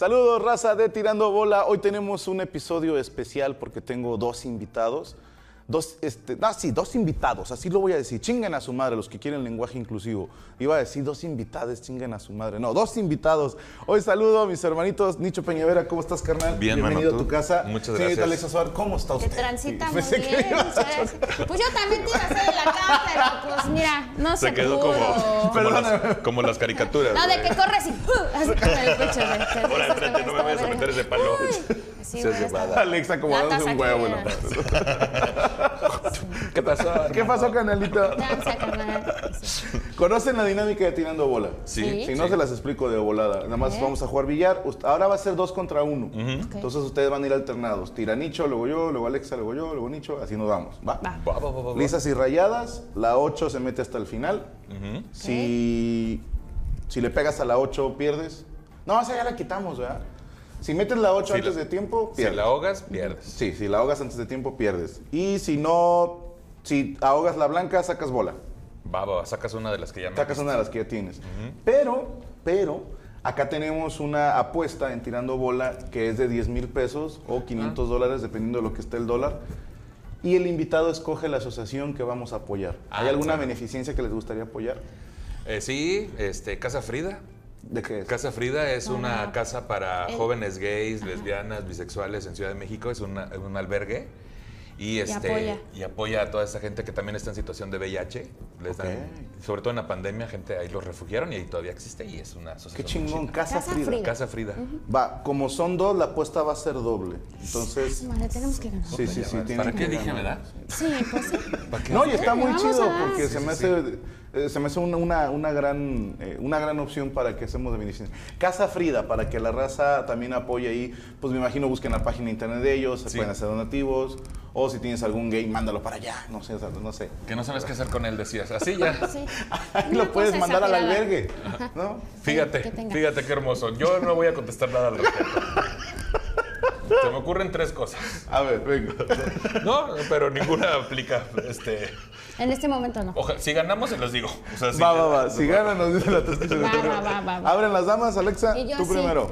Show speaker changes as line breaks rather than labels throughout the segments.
Saludos, raza de Tirando Bola. Hoy tenemos un episodio especial porque tengo dos invitados. Dos, este, ah, sí, dos invitados, así lo voy a decir. Chingan a su madre los que quieren lenguaje inclusivo. Iba a decir dos invitados, chingan a su madre. No, dos invitados. Hoy saludo a mis hermanitos. Nicho Peñavera, ¿cómo estás, carnal?
Bien, mano,
Bienvenido a
¿tú?
tu casa.
Muchas
Señorita
gracias.
Alexa Suárez, ¿cómo está
Se
usted?
transita muy
Pensé que
bien.
iba a
se hace- Pues yo también te iba a hacer de la cama, pero pues mira, no se,
Se quedó
pudo.
como, como, las, como las caricaturas.
No, de
güey.
eh.
que corres y ¡uh! así con el pecho. güey. Que
Ahora,
eso
espérate, no
está-
me vayas a
está-
meter ese palo.
Uy,
Se
así, güey,
hace
está-
bada.
Alexa, como
Latas
dándose un
aquí,
huevo.
mira.
¿no?
¿Qué pasó?
¿Qué pasó, canalito?
Danza, carnal. Sí.
¿Conocen la dinámica de tirando bola?
Sí.
Si no, se las explico de volada. Nada más vamos a jugar billar. Ust- Ahora va a ser dos contra uno.
Ok.
Entonces ustedes van a ir alternados. Tira Nicho, luego yo, luego Alexa, luego yo, luego Nicho. Así nos vamos. ¿Va?
Va, va, va, va, va.
Lisas y rayadas. La 8 se mete hasta el final. si, si le pegas a la 8, pierdes. No, esa ya la quitamos, ¿verdad? Si metes la 8
Si
antes
la-
de tiempo,
Si
pierdes.
la ahogas, pierdes.
Sí, si la ahogas antes de tiempo, pierdes. Y si no, si ahogas la blanca, sacas bola.
Va, va, va, sacas una de las que ya me-
Sacas una de las que ya tienes. Pero, pero, acá tenemos una apuesta en tirando bola que es de 10 mil pesos o 500 dólares, dependiendo de lo que esté el dólar. Y el invitado escoge la asociación que vamos a apoyar. ¿Hay
Ah,
alguna
claro.
beneficencia que les gustaría apoyar?
Eh, sí, este, Casa Frida.
¿De qué es?
Casa Frida es una casa para
El-
jóvenes gays, lesbianas, bisexuales en Ciudad de México. Es una- es un albergue. Y, este,
apoya.
y apoya a toda esa gente que también está en situación de VIH. Les dan- sobre todo en la pandemia, gente ahí los refugiaron y ahí todavía existe y es una asociación.
Qué
muy
chingón,
chida.
Casa,
Casa
Frida.
Frida.
Casa Frida.
Va, como son dos, la apuesta va a ser doble. Entonces,
Madre, tenemos que ganar.
sí, sí, sí.
¿Para
tienen
qué
que
dije,
ganar.
verdad?
Sí, pues sí.
¿Para qué?
No, y está muy
Vamos
chido
a dar.
porque
Sí,
se, me hace, eh, se me hace una, una- una gran, eh, una gran opción para que hacemos de beneficencia. Casa Frida, para que la raza también apoye ahí. Pues me imagino busquen la página de internet de ellos, se
Sí.
pueden hacer donativos. O si tienes algún gay, mándalo para allá. No sé, o sea, no sé.
Que no sabes qué hacer con él, decías. Así ya.
pues sí.
Ahí lo
Una
puedes
cosa
mandar al
desafiada.
albergue, ¿no?
Fíjate,
Que tenga.
fíjate qué hermoso. Yo no voy a contestar nada al respecto. Se me ocurren tres cosas.
A ver, venga.
No, pero ninguna aplica. Este,
En este momento no.
oja- si ganamos, se los digo. O sea, si-
Va, va, va. Si ganan, nos dice la testigo.
Va, va, va, va, va.
Abren las damas, Alexa.
Y yo
Tú
así.
primero.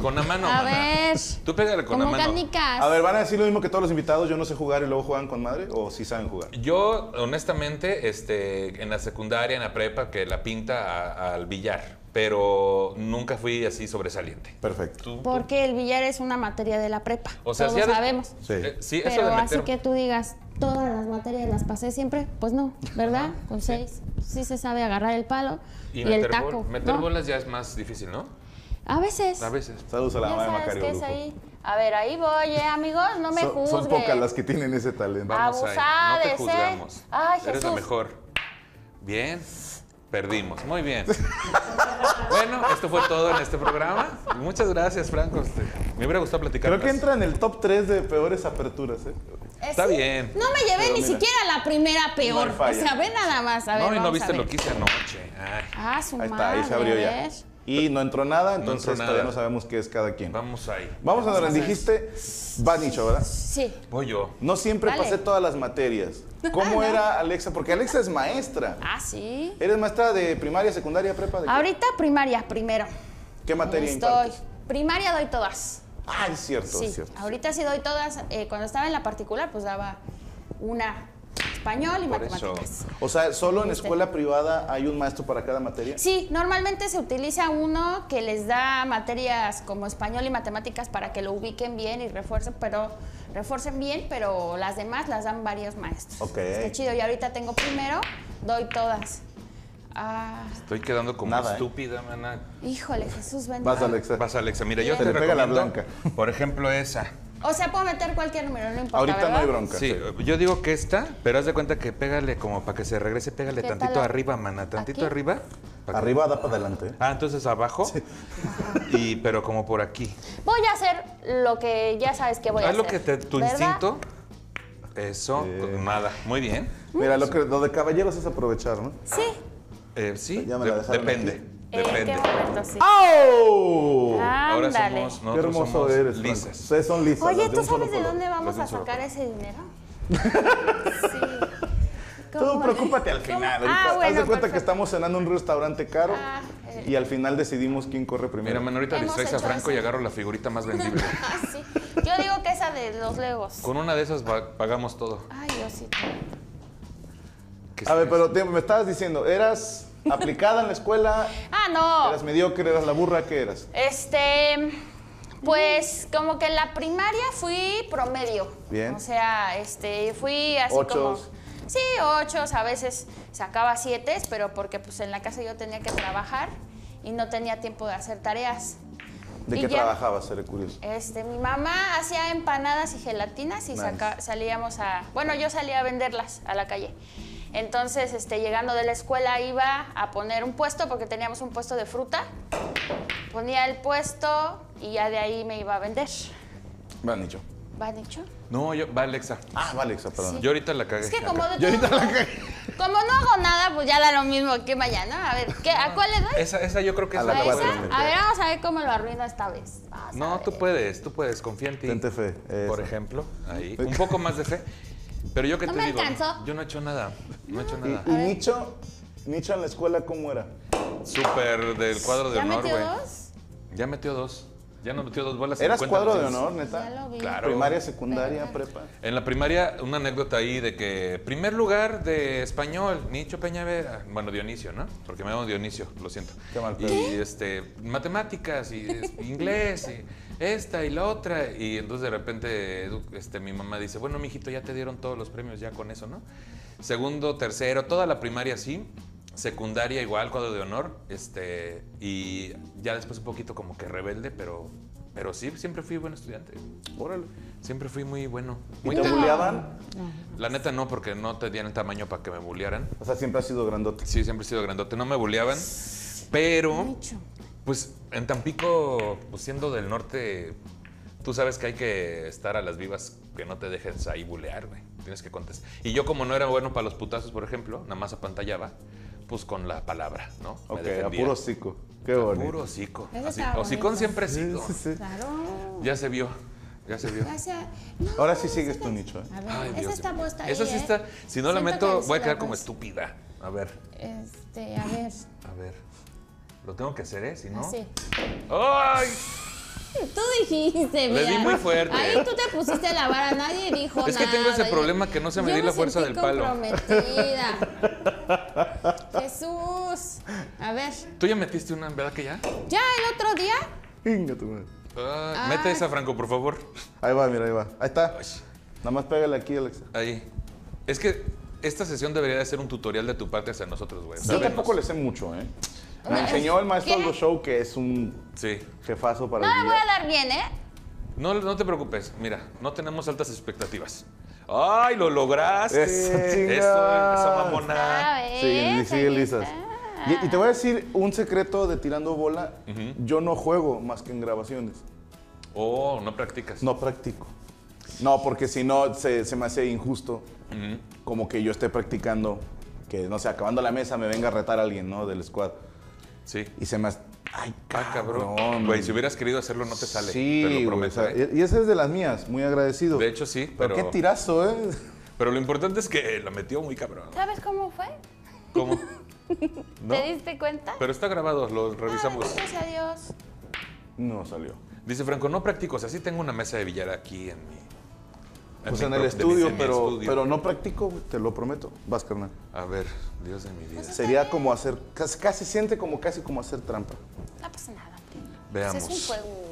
Con la mano.
A
mana.
ver.
Tú pégale con la
Como
mano.
canicas.
A ver, ¿van a decir lo mismo que todos los invitados? Yo no sé jugar y luego juegan con madre. ¿O sí saben jugar?
Yo, honestamente, este, en la secundaria, en la prepa, que la pinta a- al billar. Pero nunca fui así sobresaliente.
Perfecto.
Porque el billar es una materia de la prepa. Todos
ya de-
sabemos.
Sí.
Eh, sí, eso
Pero
de
así
meter-
que tú digas, todas las materias las pasé siempre, pues no, ¿verdad? Con seis. Sí se sabe agarrar el palo y, el
meter bol-
taco.
meter
¿no?
bolas ya es más difícil, ¿no?
A veces.
A veces.
Saludos a la
ya
mamá de
sabes
Macario.
qué es
Lujo.
ahí. A ver, ahí voy, eh, amigos, no me Ah,
son,
juzguen.
son pocas las que tienen ese talento.
Vamos ahí, no te
Abusades, ¿eh?
juzgamos.
Ay,
Eres la
Jesús.
mejor. Bien, perdimos. Muy bien. bueno, esto fue todo en este programa. Muchas gracias, Franco. Este, Me hubiera gustado platicar
Creo que
más.
entra en el top 3 de peores aperturas, ¿eh?
Eh,
Está
sí,
bien.
No me llevé
Pero
ni
mira,
siquiera la primera peor.
no hay
o sea,
falla.
ve nada más. A ver,
no, y no
vamos
viste
a ver.
lo que hice anoche. Ay,
Ah, su
Ahí está,
madre.
ahí se abrió ya.
¿ves?
Y no entró nada, entonces
entró
todavía
nada.
no sabemos qué es cada quien. Vamos,
vamos ahí.
a donde dijiste, va Nicho, ¿verdad?
Sí.
Voy yo.
No siempre
Dale.
pasé todas las materias. ¿Cómo era Alexa? Porque Alexa es maestra.
Ah, sí.
¿Eres maestra de primaria, secundaria, prepa? ¿De qué?
Ahorita primaria primero.
¿Qué materia
Estoy.
impartes?
Primaria doy todas.
Ah, es cierto,
Sí,
es cierto.
ahorita sí doy todas. eh, cuando estaba en la particular, pues daba una español y
Por eso.
matemáticas.
O sea, solo en
Viste.
escuela privada hay un maestro para cada materia.
Sí, normalmente se utiliza uno que les da materias como español y matemáticas para que lo ubiquen bien y refuercen, pero refuercen bien, pero las demás las dan varios maestros.
Ok.
Qué chido. Y ahorita tengo primero, doy todas. Ah,
Estoy quedando como
Nada, ¿eh?
estúpida, mana.
híjole, Jesús bendito.
Vas, Alexa.
Vas, Alexa. Mira, yo
Se
le
te
pega la
recomiendo,
blanca.
Por ejemplo, esa.
O sea, puedo meter cualquier número, no importa.
Ahorita no hay
¿verdad?
bronca.
Sí, yo digo que esta, pero haz de cuenta que pégale como para que se regrese, pégale
¿Qué
tantito
tal?
arriba, mana, tantito
¿Aquí?
arriba. para que-
Arriba da para adelante. ¿eh?
Ah, entonces abajo. Y pero como por aquí.
Voy a hacer lo que ya sabes que voy a
Haz
hacer.
lo que te, tu
¿verdad?
instinto. Eso,
Eh.
nada. Muy bien.
Mira, lo, que, lo de caballeros es aprovechar, ¿no?
Sí.
Eh, sí,
Ya me la
de-
dejaron
depende.
aquí.
Eh,
Depende.
qué momento, sí.
¡Au!
Ahora
Ándale.
somos,
Qué
nosotros
hermoso
somos
eres, Franco.
lisas.
Ustedes son lisas.
Ah. Oye,
las
¿tú
un solo
sabes de
color.
dónde vamos
Las de
a
un solo
sacar
color.
ese dinero? sí.
Tú
¿Cómo?
preocúpate al final.
¿Cómo? Ah,
ahorita. Haz
bueno,
de cuenta que
perfecto.
estamos cenando en un restaurante caro
Ah, eh.
y al final decidimos quién corre primero.
Mira, man, ahorita
Hemos
distraes a
hecho
Franco
eso.
y agarro la figurita más vendible.
Ah, sí. Yo digo que esa de los legos.
Con una de esas va- pagamos todo.
Ay, Diosito.
¿Qué
a ver, pues.
estrés.
pero te- me estabas diciendo, ¿eras aplicada en la escuela?
Ah, no.
¿Eras mediocre? ¿Eras la burra? ¿Qué eras?
Este, pues como que en la primaria fui promedio.
Bien.
O sea, este, fui así
Ochos.
como. Sí, ochos, a veces sacaba siete, pero porque pues en la casa yo tenía que trabajar y no tenía tiempo de hacer tareas.
¿De
Y
qué
ya-
trabajabas? Seré curioso.
Este, mi mamá hacía empanadas y gelatinas y
Nice.
saca- salíamos a, bueno, yo salía a venderlas a la calle. Entonces, este, llegando de la escuela iba a poner un puesto porque teníamos un puesto de fruta. Ponía el puesto y ya de ahí me iba a vender.
Me han dicho.
¿Va dicho?
No, yo, va Alexa.
Ah, vale, esa, perdón.
Yo ahorita la cagué.
Es que como de
Yo
todo-
ahorita la cagué.
como no hago nada, pues ya da lo mismo que mañana. A ver, ¿qué, ¿a cuál le doy?
Esa, esa yo creo que
A
es
la
la
¿A
que
cuatro,
puede.
esa?
hombre.
A ver, vamos a ver cómo lo arruino esta vez. Vamos a
No, tú
ver.
puedes, tú puedes, confía en ti.
Tente fe,
Por
eso.
ejemplo, ahí. Un poco más de fe. Pero yo que
No
te
me
digo,
alcanzó.
yo no he hecho nada. No he hecho
¿Y,
nada.
y Nicho? ¿Nicho en la escuela cómo era? Mm.
Súper del cuadro de
¿Ya
honor,
metió
güey.
dos?
Ya metió dos. Ya nos metió dos bolas.
¿Eras
50
cuadro de
bolas.
honor,
Ya
neta?
lo vi.
Claro.
Primaria, secundaria, prepa.
En la primaria, una anécdota ahí de que primer lugar de español, Nicho Peñavera, bueno, Dionisio, ¿no? Porque me llamo Dionisio, lo siento.
Qué mal
Y
pedo.
este, matemáticas y es- inglés y esta y la otra. Y entonces de repente edu- este, mi mamá dice, bueno, mijito, ya te dieron todos los premios ya con eso, ¿no? Segundo, tercero, toda la primaria sí. Secundaria igual, cuadro de honor. Este, y ya después un poquito como que rebelde, pero, pero sí, siempre fui buen estudiante.
Órale.
Siempre fui muy bueno.
¿Y
Muy
te
inteligente.
buleaban?
La neta no, porque no tenían el tamaño para que me bullearan.
O sea, siempre has sido grandote.
Sí, siempre he sido grandote, no me bulleaban. Pero,
Mucho.
pues en Tampico, pues siendo del norte, tú sabes que hay que estar a las vivas, que no te dejes ahí bulear, güey. Tienes que contestar. Y yo como no era bueno para los putazos, por ejemplo, nada más apantallaba, pues con la palabra, ¿no? Me
Ok, a
defendía.
puro hocico. Qué
A
bonito.
Puro hocico.
Eso
Así,
está
hocicón
bonito.
siempre he sido.
Sí, sí, sí.
Claro.
Ya se vio, ya se vio.
Ya sea- no,
Ahora sí
no
sigues
sigas.
tu nicho, ¿eh?
A ver,
Ay,
esa
Dios
está
mío.
puesta
Esa
ahí,
sí
¿eh?
está. Si no la
Siento
meto,
que sí
voy a
la
quedar como
vas.
estúpida. A ver,
Este, a ver.
a ver. Lo tengo que hacer, ¿eh? Si no.
Así.
¡Ay!
Tú dijiste,
Le
mira.
di muy fuerte.
Ahí tú te pusiste la vara, nadie dijo nada.
Es que tengo ese
Yo-
problema que no sé
yo
medir
me
la fuerza
sentí
del palo.
comprometida. Jesús. A ver.
Tú ya metiste una, ¿verdad que ya?
Ya el otro día.
Inga tu madre.
Ay,
Ah.
Mete esa, Franco, por favor.
Ahí va, mira, ahí va. Ahí está.
Ay,
Nada más pégale aquí, Alexa.
Ahí. Es que esta sesión debería de ser un tutorial de tu parte hacia nosotros, güey.
Yo
Sabemos.
tampoco le sé mucho, ¿eh? Me
Ah,
enseñó el maestro
¿qué?
Aldo Show, que es un
Sí.
jefazo para
No
el
le voy
día.
a dar bien, ¿eh?
No, no te preocupes. Mira, no tenemos altas expectativas. ¡Ay, lo lograste!
Eso,
eso,
chinga.
esa mamona.
A ver.
Sigue, sigue
ahí
lisas.
está.
Y, y te voy a decir un secreto de tirando bola. Yo no juego más que en grabaciones.
Oh, no practicas.
No practico. No, porque si no se, se me hace injusto como que yo esté practicando, que no sé, acabando la mesa me venga a retar alguien, ¿no? Del squad.
Sí.
Y se me hace. Ay,
Ah,
cabrón.
cabrón. Güey, si hubieras querido hacerlo, no te sale.
Sí,
te
güey,
lo prometo.
o sea,
¿eh?
y- Y esa es de las mías, muy agradecido.
De hecho, sí,
Pero
pero.
qué tirazo, ¿eh?
Pero lo importante es que la metió muy cabrón.
¿Sabes cómo fue?
¿Cómo? ¿No?
¿Te diste cuenta?
Pero está grabado, lo revisamos.
Ay, gracias a Dios.
No salió.
Dice Franco, no practico, o sea, sí tengo una mesa de billar aquí en mi.
Pues
mi
en el
pro- de mi-
estudio,
en mi
pero,
estudio.
pero no practico, güey, te lo prometo. Vas, carnal.
A ver, Dios de mi vida.
Pues
Sería como hacer, casi, casi siente como casi como hacer trampa.
No pasa nada. primo.
Veamos.
Pues es un juego.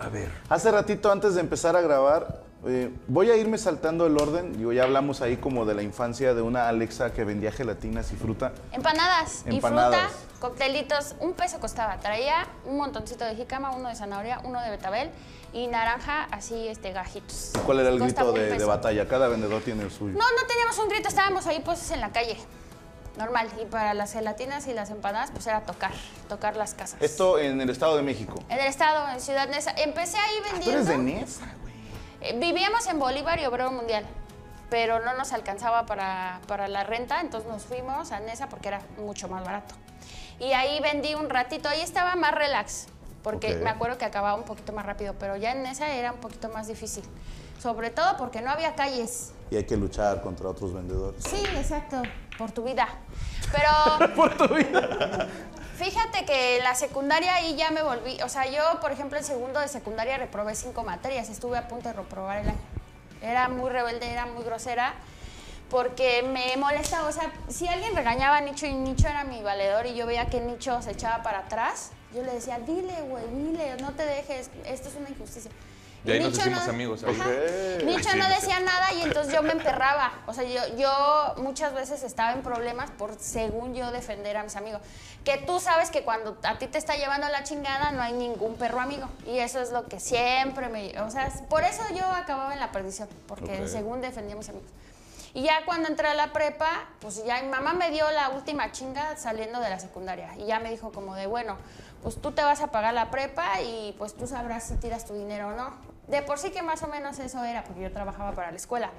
A ver.
Hace ratito antes de empezar a grabar, eh, voy a irme saltando el orden. Digo, ya hablamos ahí como de la infancia de una Alexa que vendía gelatinas y fruta.
Empanadas,
Empanadas.
y fruta, coctelitos, un peso costaba. Traía un montoncito de jícama, uno de zanahoria, uno de betabel y naranja, así este gajitos.
¿Cuál era el
Costaba
grito
un
de, de
peso.
batalla? Cada vendedor tiene el suyo.
No, no teníamos un grito, estábamos ahí pues en la calle. Normal. Y para las gelatinas y las empanadas, pues era tocar, tocar las casas.
Esto en el Estado de México.
En el estado, en Ciudad Neza. Empecé ahí
Ah, ¿Tú eres
vendiendo.
de Nesa, güey?
Eh, Vivíamos en Bolívar y Obrero Mundial, pero no nos alcanzaba para, para la renta, entonces nos fuimos a Nesa porque era mucho más barato. Y ahí vendí un ratito, ahí estaba más relax. porque
Ok.
me acuerdo que acababa un poquito más rápido, pero ya en esa era un poquito más difícil. Sobre todo porque no había calles.
Y hay que luchar contra otros vendedores.
Sí, exacto, por tu vida. Pero
Por tu vida.
fíjate que en la secundaria ahí ya me volví, o sea, yo, por ejemplo, en segundo de secundaria reprobé cinco materias, estuve a punto de reprobar el año. Era muy rebelde, era muy grosera, porque me molestaba, o sea, si alguien regañaba a Nicho y Nicho era mi valedor y yo veía que Nicho se echaba para atrás, yo le decía, dile, güey, dile, no te dejes, esto es una injusticia.
De
Y
ahí nos
Nicho
hicimos amigos, ahí.
Ajá.
Ok.
Nicho
Ay, sí,
no
no sé.
decía nada y entonces yo me emperraba. O sea, yo, yo muchas veces estaba en problemas por, según yo, defender a mis amigos. Que tú sabes que cuando a ti te está llevando la chingada no hay ningún perro amigo. Y eso es lo que siempre me... O sea, por eso yo acababa en la perdición, porque
Ok.
según defendía a mis amigos. Y ya cuando entré a la prepa, pues ya mi mamá me dio la última chinga saliendo de la secundaria. Y ya me dijo como de, bueno, pues tú te vas a pagar la prepa y pues tú sabrás si tiras tu dinero o no. De por sí que más o menos eso era, porque yo trabajaba para la escuela.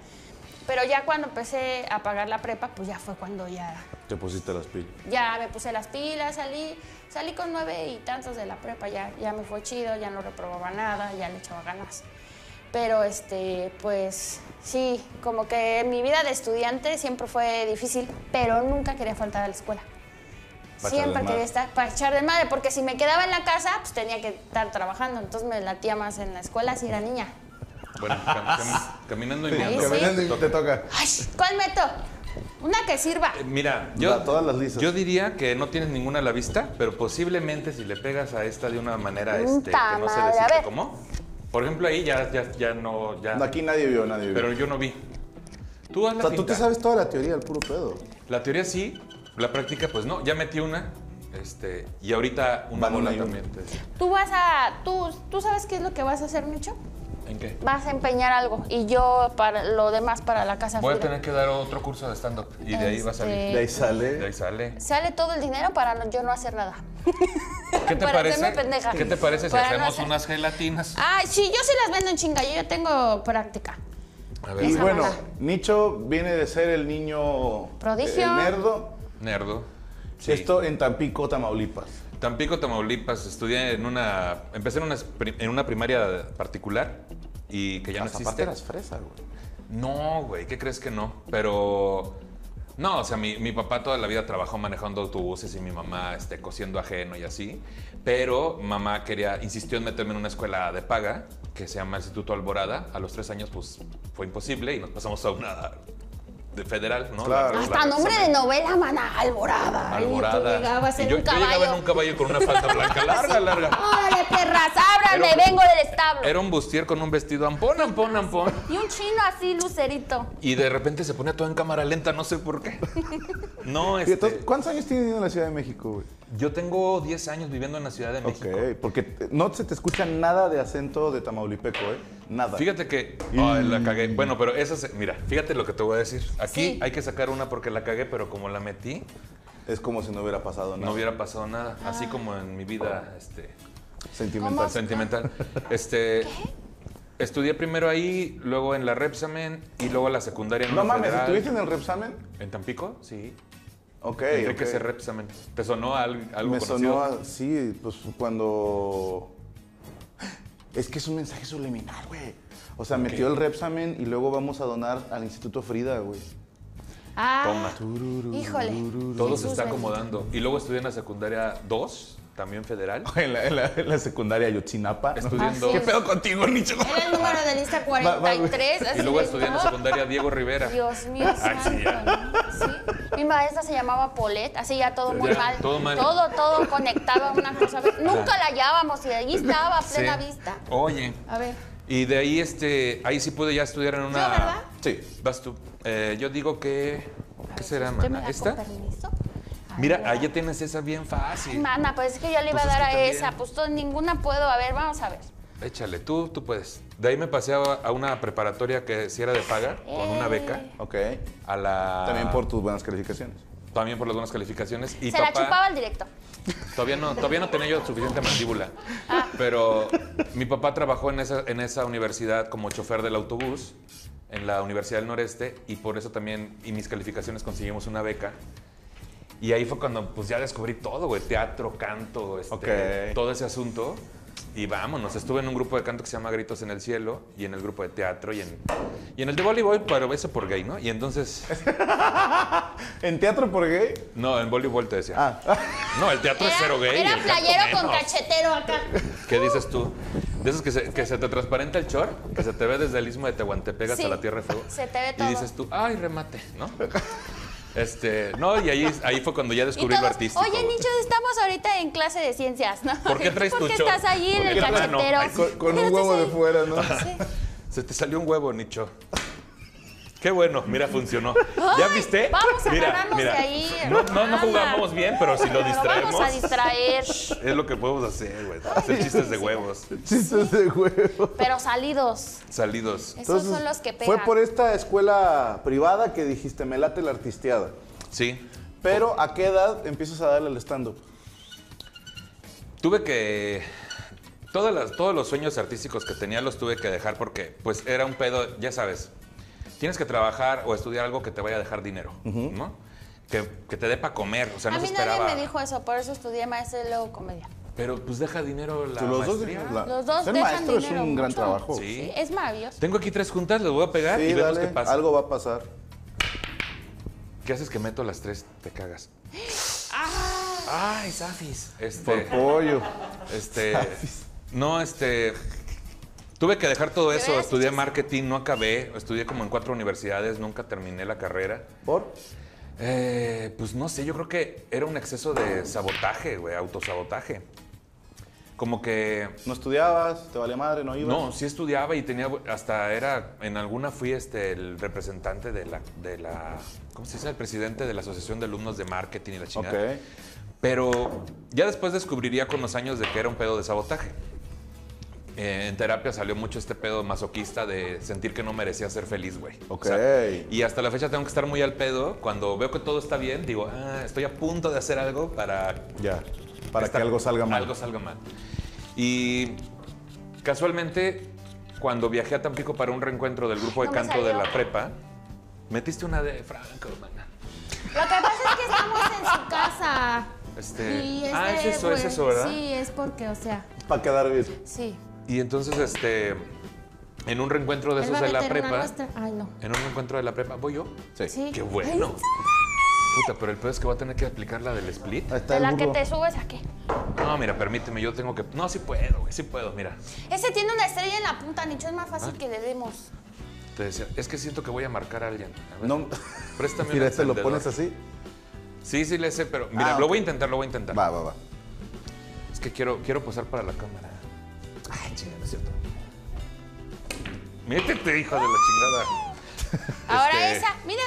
Pero ya cuando empecé a pagar la prepa, pues ya fue cuando ya,
Te pusiste las pilas.
ya me puse las pilas, salí, salí con nueve y tantos de la prepa, ya, ya me fue chido, ya no reprobaba nada, ya le echaba ganas. Pero este, pues sí, como que mi vida de estudiante siempre fue difícil, pero nunca quería faltar a la escuela.
Pa' echar
Siempre
desmadre.
quería estar para echar de madre, porque si me quedaba en la casa, pues tenía que estar trabajando, entonces me latía más en la escuela si era niña.
Bueno, cam- cam- caminando y
Ahí
meando.
sí.
Caminando y te toca.
Ay, ¿cuál meto? Una que sirva.
Eh, Mira,
Yo,
yo,
todas las lisas.
yo diría que no tienes ninguna a la vista, pero posiblemente si le pegas a esta de una manera este, que no se
madre, a
descifra
ver.
cómo. Por ejemplo, ahí ya, ya, ya no. Ya,
Aquí nadie vio, nadie vio.
pero yo no vi. Tú haz
o
la
sea, tú te
finta.
sabes toda la teoría, el puro pedo.
La teoría sí, la práctica pues no. Ya metí una este, y ahorita una
Van una
bola
y una.
también. pues, te-
Tú vas a. ¿Tú, ¿Tú sabes qué es lo que vas a hacer, Micho?
¿En qué?
Vas a empeñar algo y yo para lo demás para la casa.
Voy a
Fira.
tener que dar otro curso de stand-up y de ahí va a salir.
Eh, Este,
De ahí
De
sale.
ahí sale.
Sale todo el dinero para no- yo no hacer nada.
¿Qué te
Para hacerme
parece?
pendeja.
¿Qué te parece si
Para no
hacemos
hacer-
unas gelatinas?
Ah, sí, yo sí las vendo en chinga, yo ya tengo práctica.
A
Y
ver,
Ah, Esa
bueno,
mala.
Nicho viene de ser el niño.
Prodigio.
El nerdo.
nerdo. Sí.
Esto en Tampico, Tamaulipas.
Tampico, Tamaulipas, estudié en una. Empecé en una, pri- en una primaria particular y que ya no
Las
existe.
zapateras fresas, güey.
No, güey, ¿qué crees que no? Pero. No, o sea, mi, mi papá toda la vida trabajó manejando autobuses y mi mamá este, cosiendo ajeno y así. Pero mamá quería, insistió en meterme en una escuela de paga que se llama Instituto Alborada. A los tres años, pues fue imposible y nos pasamos a una de federal, ¿no?
Claro.
La-
Hasta
la-
nombre de novela, mana, Alborada. Ahí tú
Alborada.
llegabas en
Y yo,
un
yo
caballo.
llegaba en un caballo con una falda blanca larga, larga.
¡Órale, perras! ¡Ábrame!
Era un-
¡Vengo del establo!
Era un bustier con un vestido ampón, ampón, ampón.
Y un chino así, lucerito.
Y de repente se ponía todo en cámara lenta, no sé por qué. No,
Y entonces,
este,
¿Cuántos años tienes viviendo en la Ciudad de México, güey?
yo tengo 10 años viviendo en la Ciudad de México.
Ok, porque te- no se te escucha nada de acento de Tamaulipeco, ¿eh? Nada.
Fíjate que ay, la cagué. Bueno, pero esa se- mira, fíjate lo que te voy a decir. Aquí
Sí.
hay que sacar una porque la cagué, pero como la metí,
Es como si no hubiera pasado nada.
no hubiera pasado nada,
Ah.
así como en mi vida este
Sentimental.
sentimental. Este estudié primero ahí, luego en la Repsamen y luego la secundaria en
No
una
mames,
federal.
¿estuviste en el Repsamen?
en Tampico? Sí.
Ok.
Enrique
ok.
C. Repsamen. ¿Te sonó al- algo
Me
conocido?
sonó así, pues cuando. Es que es un mensaje subliminal, güey. O sea, metió el Repsamen y luego vamos a donar al Instituto Frida, güey.
Ah,
Toma.
híjole.
Todo se
Jesús
está
bendito.
acomodando. Y luego estudié en la secundaria 2, también federal.
En la, en la- en la secundaria Yotzinapa.
Estudiando.
Así ¿Qué es. pedo
contigo, Nicho?
Era el número de lista 43. así
Y luego
de
estudié en la
todo.
secundaria Diego Rivera.
Dios mío,
Ay,
santo,
Ah, sí, ya.
¿no? Sí. Mi maestra se llamaba Polet, así ya todo muy
Ya,
mal.
todo mal.
Todo, todo conectaba una cosa. a ver, Nunca la hallábamos y ahí estaba a plena
Sí.
vista.
Oye.
A ver.
Y de ahí, este, ahí sí pude ya estudiar en una.
Yo, ¿verdad?
Sí.
Vas tú. Eh, yo digo que. ¿Qué será,
¿Usted me
mana?
da
¿Esta?
con permiso? Ay,
Mira,
ya.
allá tienes esa bien fácil.
Mana, pues es que yo le iba
Pues
a
es
dar a
que también.
esa, pues todo- ninguna puedo. A ver, vamos a ver.
Échale, tú, tú puedes. De ahí me pasé a, a una preparatoria que sí era de paga, con una beca.
Eh.
Ok.
A la.
También por tus buenas calificaciones.
También por las buenas calificaciones. Y
Se la
papá-
chupaba al directo.
Todavía no, todavía no tenía yo suficiente mandíbula. Pero mi papá trabajó en esa, en esa universidad como chofer del autobús, en la Universidad del Noreste, y por eso también, y mis calificaciones conseguimos una beca. Y ahí fue cuando pues ya descubrí todo, güey, teatro, canto, este,
Ok.
todo ese asunto. Y vámonos, estuve en un grupo de canto que se llama Gritos en el Cielo y en el grupo de teatro y en, y en el de voleibol, pero ese por gay, ¿no? Y entonces,
¿En teatro por gay?
no, en voleibol te decía.
Ah,
No, el teatro es cero gay.
Era
el canto
playero con
menos.
cachetero acá.
¿Qué dices tú? De esos que se, que se te transparenta el chor, que se te ve desde el istmo de Tehuantepec hasta
Sí,
la Tierra de Fuego.
se te ve
Y
todo.
dices tú, ay, remate, ¿no? Este, no, y ahí, ahí fue cuando ya descubrí lo
todos,
artístico.
Oye,
güey".
Nicho, estamos ahorita en clase de ciencias, ¿no?
¿Por qué traes tu short?
estás ahí en
¿Por
el
qué traes- Ah, no,
cachetero?
ay,
con, con
Pero
un
estás
huevo de
ahí.
fuera, ¿no?
Sí.
Se te salió un huevo, Nicho. Qué bueno, mira, funcionó. ¿Ya
Ay,
viste?
Vamos a
Mira,
agarrarnos
mira.
de ahí.
No, no, no
hermana.
jugamos bien, pero si lo
Pero
distraemos.
vamos a distraer,
Es lo que podemos hacer, güey. Hacer chistes de huevos
Chistes de huevo.
pero salidos.
salidos.
Esos son
Entonces,
los que pegan.
Fue por esta escuela privada que dijiste, me late la artisteada.
Sí.
Pero, ¿a qué edad empiezas a darle al stand-up?
Tuve que. Todas las- todos los sueños artísticos que tenía los tuve que dejar porque, pues, era un pedo, ya sabes. Tienes que trabajar o estudiar algo que te vaya a dejar dinero, ¿no? Que, que te dé para comer, o sea, no
a
se
mí
esperaba.
nadie me dijo eso, por eso estudié maestría y luego comedia.
Pero, pues, deja dinero la
Tú, los dos
maestría.
dejan la-
Los dos
Ser
dejan
maestro es
dinero
un gran
mucho.
trabajo.
Sí.
Sí, es maravilloso.
Tengo aquí tres juntas, les voy a pegar
Sí,
Ah, y vemos
dale,
qué pasa.
algo va a pasar.
¿Qué haces que meto las tres? Te cagas.
Ah.
¡Ay, Safis!
Por
Este,
pollo.
este, no, este, tuve que dejar todo eso.
hubieras
Estudié
hecho-
marketing, no acabé. Estudié como en cuatro universidades, nunca terminé la carrera.
¿Por?
Eh, pues no sé, yo creo que era un exceso de sabotaje, güey, autosabotaje. Como que
No estudiabas, te valía madre, no ibas.
no, sí estudiaba y tenía, hasta era, en alguna fui este, el representante de la, de la, ¿cómo se dice? El presidente de la Asociación de Alumnos de Marketing y la chingada.
Ok.
Pero ya después descubriría con los años de que era un pedo de sabotaje. Eh, en terapia salió mucho este pedo masoquista de sentir que no merecía ser feliz, güey.
Ok.
y hasta la fecha tengo que estar muy al pedo. Cuando veo que todo está bien, digo, ah, estoy a punto de hacer algo para
Ya. Para
esta-
que algo salga mal.
Algo salga mal. Y casualmente, cuando viajé a Tampico para un reencuentro del grupo de
No me
canto de
salió.
la prepa, metiste una de Franco, hermana.
Lo que pasa es que estamos en su casa.
Este,
Y
ah,
de,
es eso, es
pues,
eso, ¿verdad?
Sí, es porque, o sea,
Para quedar bien.
sí.
Y entonces, este, en un reencuentro de
Él va
esos
a
de Pues, la
meter una
prepa,
nuestra. Ay, no.
en un reencuentro de la prepa, ¿voy yo?
Sí.
Sí.
Qué bueno. Puta, pero el pedo es que voy a tener que aplicar la del split.
Ahí está
De
el
la que
burro.
te subes aquí.
No, mira, permíteme, yo tengo que. No, sí puedo, güey, sí puedo, mira.
Ese tiene una estrella en la punta, Nicho. Es más
Ah.
fácil que le demos.
Te decía, es que siento que voy a marcar a alguien. A ver,
No.
préstame un
Mira, este lo
encendedor.
pones así.
Sí, sí, le sé, pero mira,
Ah,
lo
ok.
voy a intentar, lo voy a intentar.
Va, va, va.
Es que quiero, quiero posar para la cámara. Ay, chingada, no es cierto. Métete, hijo de la chingada.
Ahora
Este-
esa, mira.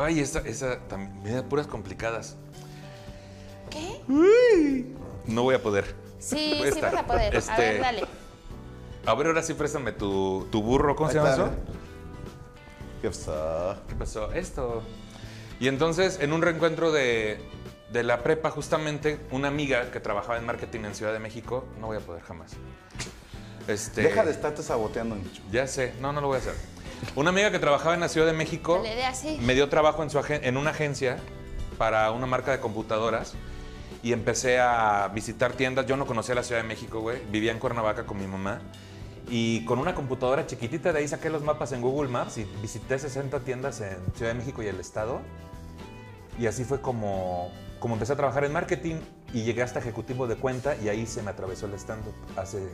Ay, esa, esa también. Mira, puras complicadas.
¿Qué?
No voy a poder.
Sí,
Voy a
sí vas
estar.
a poder. A
Este,
ver, dale.
A ver, ahora sí, préstame tu, tu burro. ¿Cómo se
Ahí
llama
está,
eso?
mira. ¿Qué pasa?
¿Qué pasó? Esto. Y entonces, en un reencuentro de, de la prepa, justamente una amiga que trabajaba en marketing en Ciudad de México, no voy a poder jamás. Este,
Deja de estarte saboteando, Nicho.
Ya sé, no, no lo voy a hacer. Una amiga que trabajaba en la Ciudad de México
Que le dé así.
me dio trabajo en, su agen- en una agencia para una marca de computadoras y empecé a visitar tiendas. Yo no conocía la Ciudad de México, güey. Vivía en Cuernavaca con mi mamá. Y con una computadora chiquitita de ahí saqué los mapas en Google Maps y visité 60 tiendas en Ciudad de México y el Estado. Y así fue como, como empecé a trabajar en marketing y llegué hasta ejecutivo de cuenta y ahí se me atravesó el stand-up hace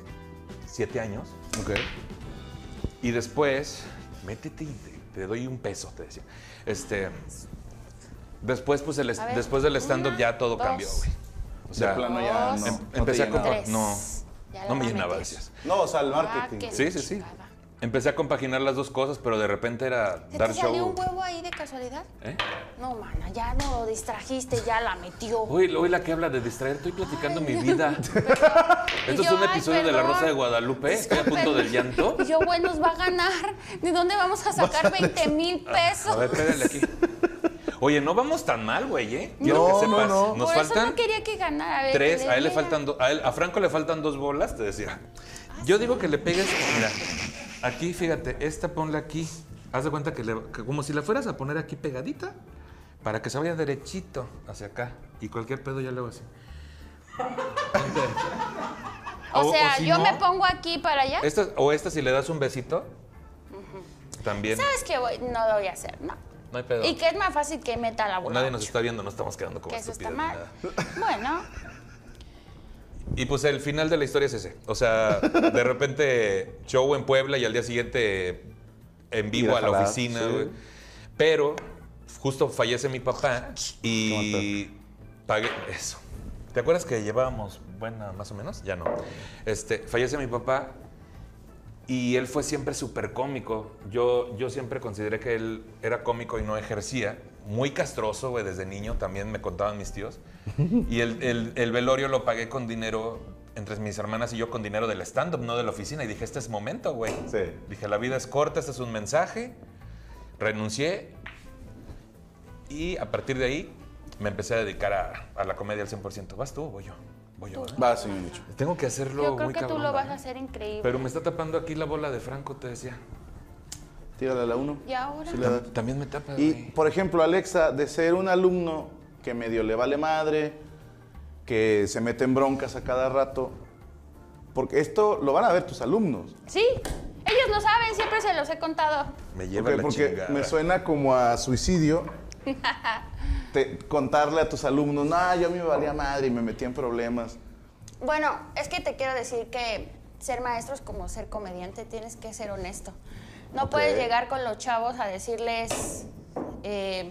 siete años.
Ok.
Y después, métete y te, te doy un peso, te decía. Este, después, pues, el, est-
A ver,
después del stand-up
una,
ya todo
dos.
cambió, güey. O
De
sea,
plano ya
dos,
no.
em-
no te
empecé a
llenaba.
compa-
Tres.
No,
Ya la
no me
voy a
llenaba,
meter.
gracias.
No, o sea, el
Ah,
marketing.
qué
Sí, sí, sí.
chingada.
Empecé a compaginar las dos cosas, pero de repente era
¿Se
dar
te salió
show.
un huevo ahí de casualidad?
¿Eh?
No, mana, ya no distrajiste, ya la metió.
Hoy, hoy la que habla de distraer, estoy platicando mi vida. Esto
Y
es
yo,
un
"Ay,
episodio de La
perdón".
Rosa de Guadalupe, estoy a punto del llanto.
Y yo, bueno, nos va a ganar. ¿De dónde vamos a sacar 20 mil pesos?
A ver, pégale aquí. Oye, no vamos tan mal, güey, ¿eh? Quiero
No,
que
no,
sepas.
no.
Nos
Por eso
faltan
no quería que ganara. A ver,
Tres,
que
a él le
diera.
faltan do- a, él- a Franco le faltan dos bolas, te decía. Yo digo que le pegues, mira, aquí, fíjate, esta ponla aquí. Haz de cuenta que, le- que como si la fueras a poner aquí pegadita, para que se vaya derechito hacia acá. Y cualquier pedo ya le hago así.
O,
O- o
sea,
si
yo
no-
me pongo aquí para allá.
Esta, o esta, si le das un besito, también.
¿Sabes qué? voy? No lo voy a hacer, no.
No hay pedo.
Y que es más fácil que meta la bola.
Nadie nos está viendo, no estamos quedando como
Que eso está
estúpidos ni
mal.
nada.
Bueno,
Y pues el final de la historia es ese. O sea, de repente show en Puebla y al día siguiente en vivo
Ir a
a, la
jalar,
oficina,
sí.
güey. Pero justo fallece mi papá y pagué eso. ¿Te acuerdas que llevábamos buena más o menos? Ya no. Este, fallece mi papá y él fue siempre súper cómico. Yo, yo siempre consideré que él era cómico y no ejercía. Muy castroso, güey, desde niño también me contaban mis tíos. Y el, el- el velorio lo pagué con dinero, entre mis hermanas y yo, con dinero del stand-up, no de la oficina. Y dije, este es momento, güey.
Sí.
Dije, la vida es corta, este es un mensaje. Renuncié. Y a partir de ahí me empecé a dedicar a, a la comedia al 100%. ¿Vas tú o voy yo? Voy yo. ¿verdad?
Va, señor Micho.
Tengo que hacerlo
yo creo
muy
que tú
cabrón, ¿eh?
lo vas
¿verdad?
a hacer increíble.
Pero me está tapando aquí la bola de Franco, te decía.
Tírale a la uno.
¿Y ahora?
Sí le das.
También me tapa,
Y,
güey.
por ejemplo, Alexa, de ser un alumno que medio le vale madre, que se mete en broncas a cada rato, porque esto lo van a ver tus alumnos.
Sí, ellos lo saben, siempre se los he contado.
Me lleva
Porque,
la
porque
chingada.
me suena como a suicidio te- contarle a tus alumnos, no, yo me valía madre y me metí en problemas.
Bueno, es que te quiero decir que ser maestro es como ser comediante, tienes que ser honesto. No
Ok.
puedes llegar con los chavos a decirles eh,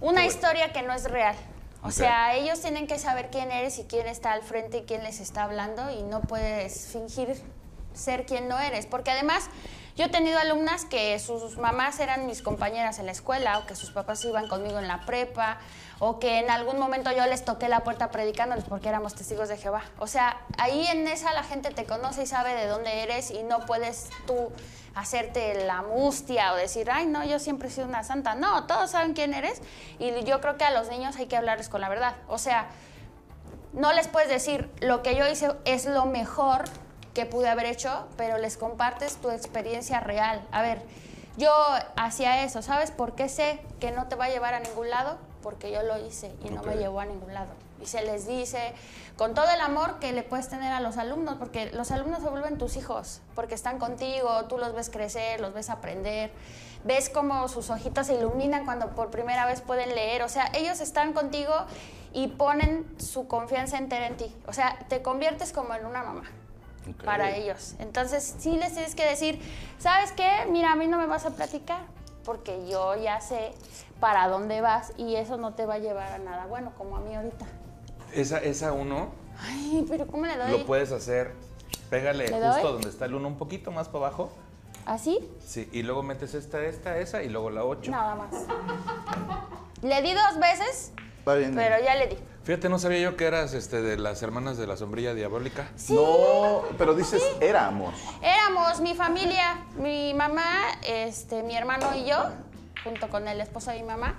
una historia que no es real. O
Ok.
sea, ellos tienen que saber quién eres y quién está al frente y quién les está hablando y no puedes fingir ser quien no eres. Porque además yo he tenido alumnas que sus mamás eran mis compañeras en la escuela o que sus papás iban conmigo en la prepa o que en algún momento yo les toqué la puerta predicándoles porque éramos testigos de Jehová. O sea, ahí en esa la gente te conoce y sabe de dónde eres y no puedes tú hacerte la mustia o decir, ay, no, yo siempre he sido una santa. No, todos saben quién eres y yo creo que a los niños hay que hablarles con la verdad. O sea, no les puedes decir, lo que yo hice es lo mejor que pude haber hecho, pero les compartes tu experiencia real. A ver, yo hacía eso, ¿sabes? Porque sé que no te va a llevar a ningún lado, porque yo lo hice y no me
Ok.
llevó a ningún lado. Y se les dice con todo el amor que le puedes tener a los alumnos, porque los alumnos se vuelven tus hijos, porque están contigo, tú los ves crecer, los ves aprender, ves cómo sus hojitas se iluminan cuando por primera vez pueden leer, o sea, ellos están contigo y ponen su confianza entera en ti, o sea, te conviertes como en una mamá. Para ellos. Entonces, sí les tienes que decir, ¿sabes qué? Mira, a mí no me vas a platicar porque yo ya sé para dónde vas y eso no te va a llevar a nada bueno, como a mí ahorita.
Esa, esa uno
Ay, pero ¿cómo le doy?
lo puedes hacer. Pégale
¿Le doy?
justo donde está el uno, un poquito más para abajo.
¿Así?
Sí, y luego metes esta, esta, esa y luego la ocho.
Nada más. Le di dos veces,
Va bien.
pero ya le di.
Fíjate, no sabía yo que eras este, de las hermanas de la sombrilla diabólica.
Sí.
No, pero dices, era amor.
Éramos mi familia, mi mamá, este, mi hermano y yo, junto con el esposo de mi mamá.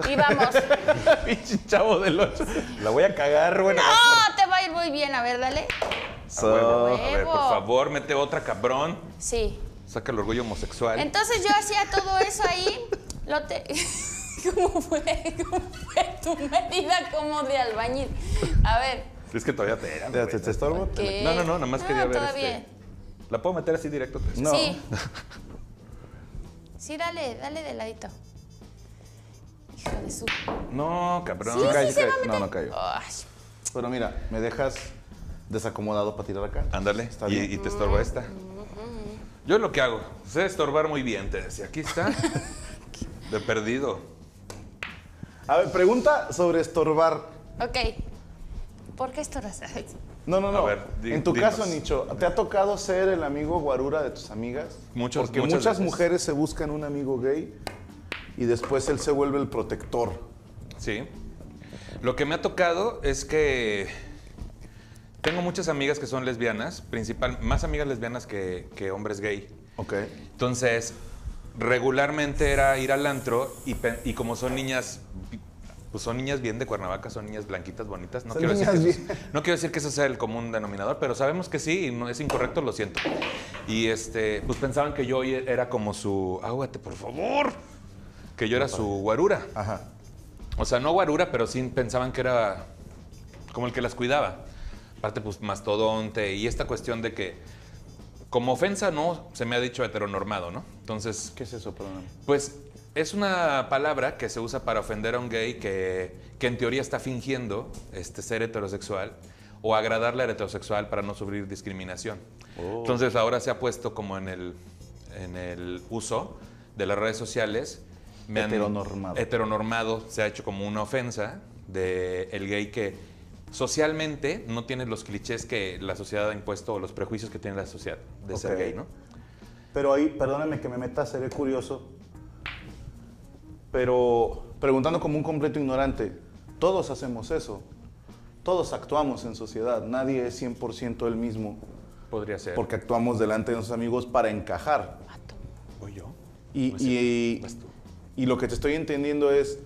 Íbamos.
Pinche chavo del 8. La voy a cagar, bueno.
¡No! Oh, Te va a ir muy bien, a ver, dale.
A Ah, huevo. A ver,
Huevo.
por favor, mete otra, cabrón.
Sí.
Saca el orgullo homosexual.
Entonces yo hacía todo eso ahí. Lo te- ¿Cómo fue? ¿Cómo fue tu medida como de albañil? A ver.
Es que todavía te eran.
¿Te-
güey.
te- te estorbo?
¿qué?
No, no, no, nada más
Ah,
quería ver.
todo
este-
bien.
¿La puedo meter así directo? pues.
No.
Sí. Sí, dale, dale de ladito. Hijo de su.
No, cabrón.
Sí,
cae,
sí, se
cae.
va a meter.
No, no cayó.
Ay,
Pero mira, me dejas desacomodado para tirar acá.
Ándale,
Está
y,
bien.
y te estorba esta. Yo lo que hago, sé estorbar muy bien, te decía. Aquí está. De perdido.
A ver, pregunta sobre estorbar.
ok. ¿Por qué esto lo haces?
No, no, no.
A ver, di-
en tu
dinos.
caso, Nicho, ¿te ha tocado ser el amigo guarura de tus amigas?
Muchas-
Porque
muchas
muchas,
veces.
mujeres se buscan un amigo gay y después él se vuelve el protector.
Sí. Lo que me ha tocado es que tengo muchas amigas que son lesbianas, principal, más amigas lesbianas que, que hombres gay.
Ok.
Entonces, regularmente era ir al antro y, pe- y como son niñas, pues son niñas bien de Cuernavaca, son niñas blanquitas, bonitas. No
Son
quiero, decir
niñas
que eso,
bien.
no quiero decir que eso sea el común denominador, pero sabemos que sí y no es incorrecto, lo siento. Y este, pues pensaban que yo era como su, águate, por favor. que yo era su guarura.
Ajá.
O sea, no guarura, pero sí pensaban que era como el que las cuidaba. Aparte, pues, mastodonte y esta cuestión de que, como ofensa, no se me ha dicho heteronormado, ¿no? Entonces,
¿Qué es eso, perdón?
pues es una palabra que se usa para ofender a un gay que, que en teoría está fingiendo este, ser heterosexual o agradarle al heterosexual para no sufrir discriminación.
Oh.
Entonces ahora se ha puesto como en el, en el uso de las redes sociales. han-
Heteronormado.
heteronormado se ha hecho como una ofensa del el gay que socialmente no tiene los clichés que la sociedad ha impuesto o los prejuicios que tiene la sociedad de ser
Ok.
gay, ¿no?
Pero ahí, perdóname que me meta, seré curioso. Pero preguntando como un completo ignorante, todos hacemos eso. Todos actuamos en sociedad. Nadie es 100% el mismo.
Podría ser.
Porque actuamos delante de nuestros amigos para encajar.
¿O yo?
Y,
No es
y-
cierto, Pues vas tú.
y lo que te estoy entendiendo es,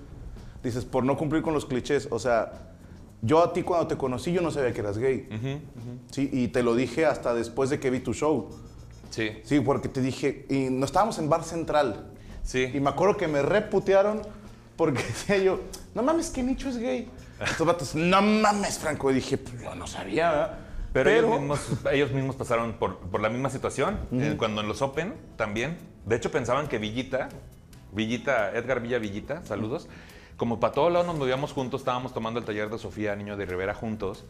dices, por no cumplir con los clichés. O sea, yo a ti cuando te conocí yo no sabía que eras gay. Sí, y te lo dije hasta después de que vi tu show.
Sí.
Sí, porque te dije, y no estábamos en Bar Central.
Sí.
Y me acuerdo que me reputearon porque decía yo, no mames, que Nicho es gay. Estos vatos, no mames, Franco. Y dije, pues yo no sabía. ¿verdad?".
Pero, ellos, mismos, ellos mismos pasaron por, por la misma situación. eh, cuando en los Open también. De hecho, pensaban que Villita, Villita, Edgar Villa Villita, saludos. Como para todos lados nos movíamos juntos, estábamos tomando el taller de Sofía Niño de Rivera juntos.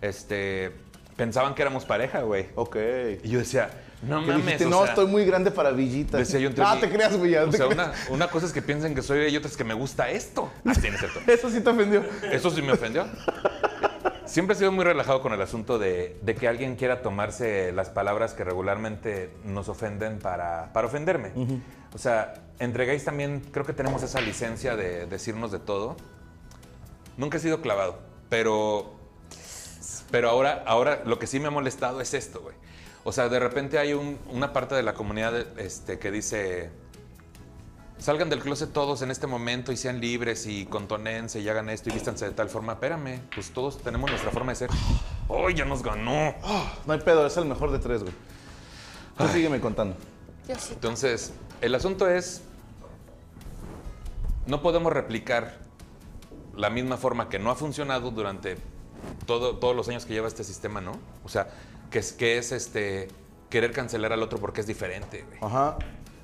Este. Pensaban que éramos pareja, güey.
Ok.
Y yo decía, no
Que
mames.
dijiste,
o
no,
sea,
estoy muy grande para Villita.
Decía yo entre
No,
mí,
te creas, güey. ya,
O
te
sea,
creas.
una, una cosa es que piensen que soy gay y otra es que me gusta esto. Ah, Así en cierto.
Eso sí te ofendió.
Eso sí me ofendió. Siempre he sido muy relajado con el asunto de, de que alguien quiera tomarse las palabras que regularmente nos ofenden para, para ofenderme. O sea, entre gays también creo que tenemos esa licencia de decirnos de todo. Nunca he sido clavado, pero, pero ahora, ahora lo que sí me ha molestado es esto, güey. O sea, de repente hay un- una parte de la comunidad este, que dice, salgan del closet todos en este momento y sean libres y contonense y hagan esto y vístanse de tal forma. Espérame, pues todos tenemos nuestra forma de ser. ¡Ay, ya nos ganó!
No hay pedo, es el mejor de tres, güey. Tú sígueme contando.
Yo sí.
Entonces, el asunto es, no podemos replicar la misma forma que no ha funcionado durante todo- todos los años que lleva este sistema, ¿no? O sea, que es, que es este, querer cancelar al otro porque es diferente. güey.
Ajá.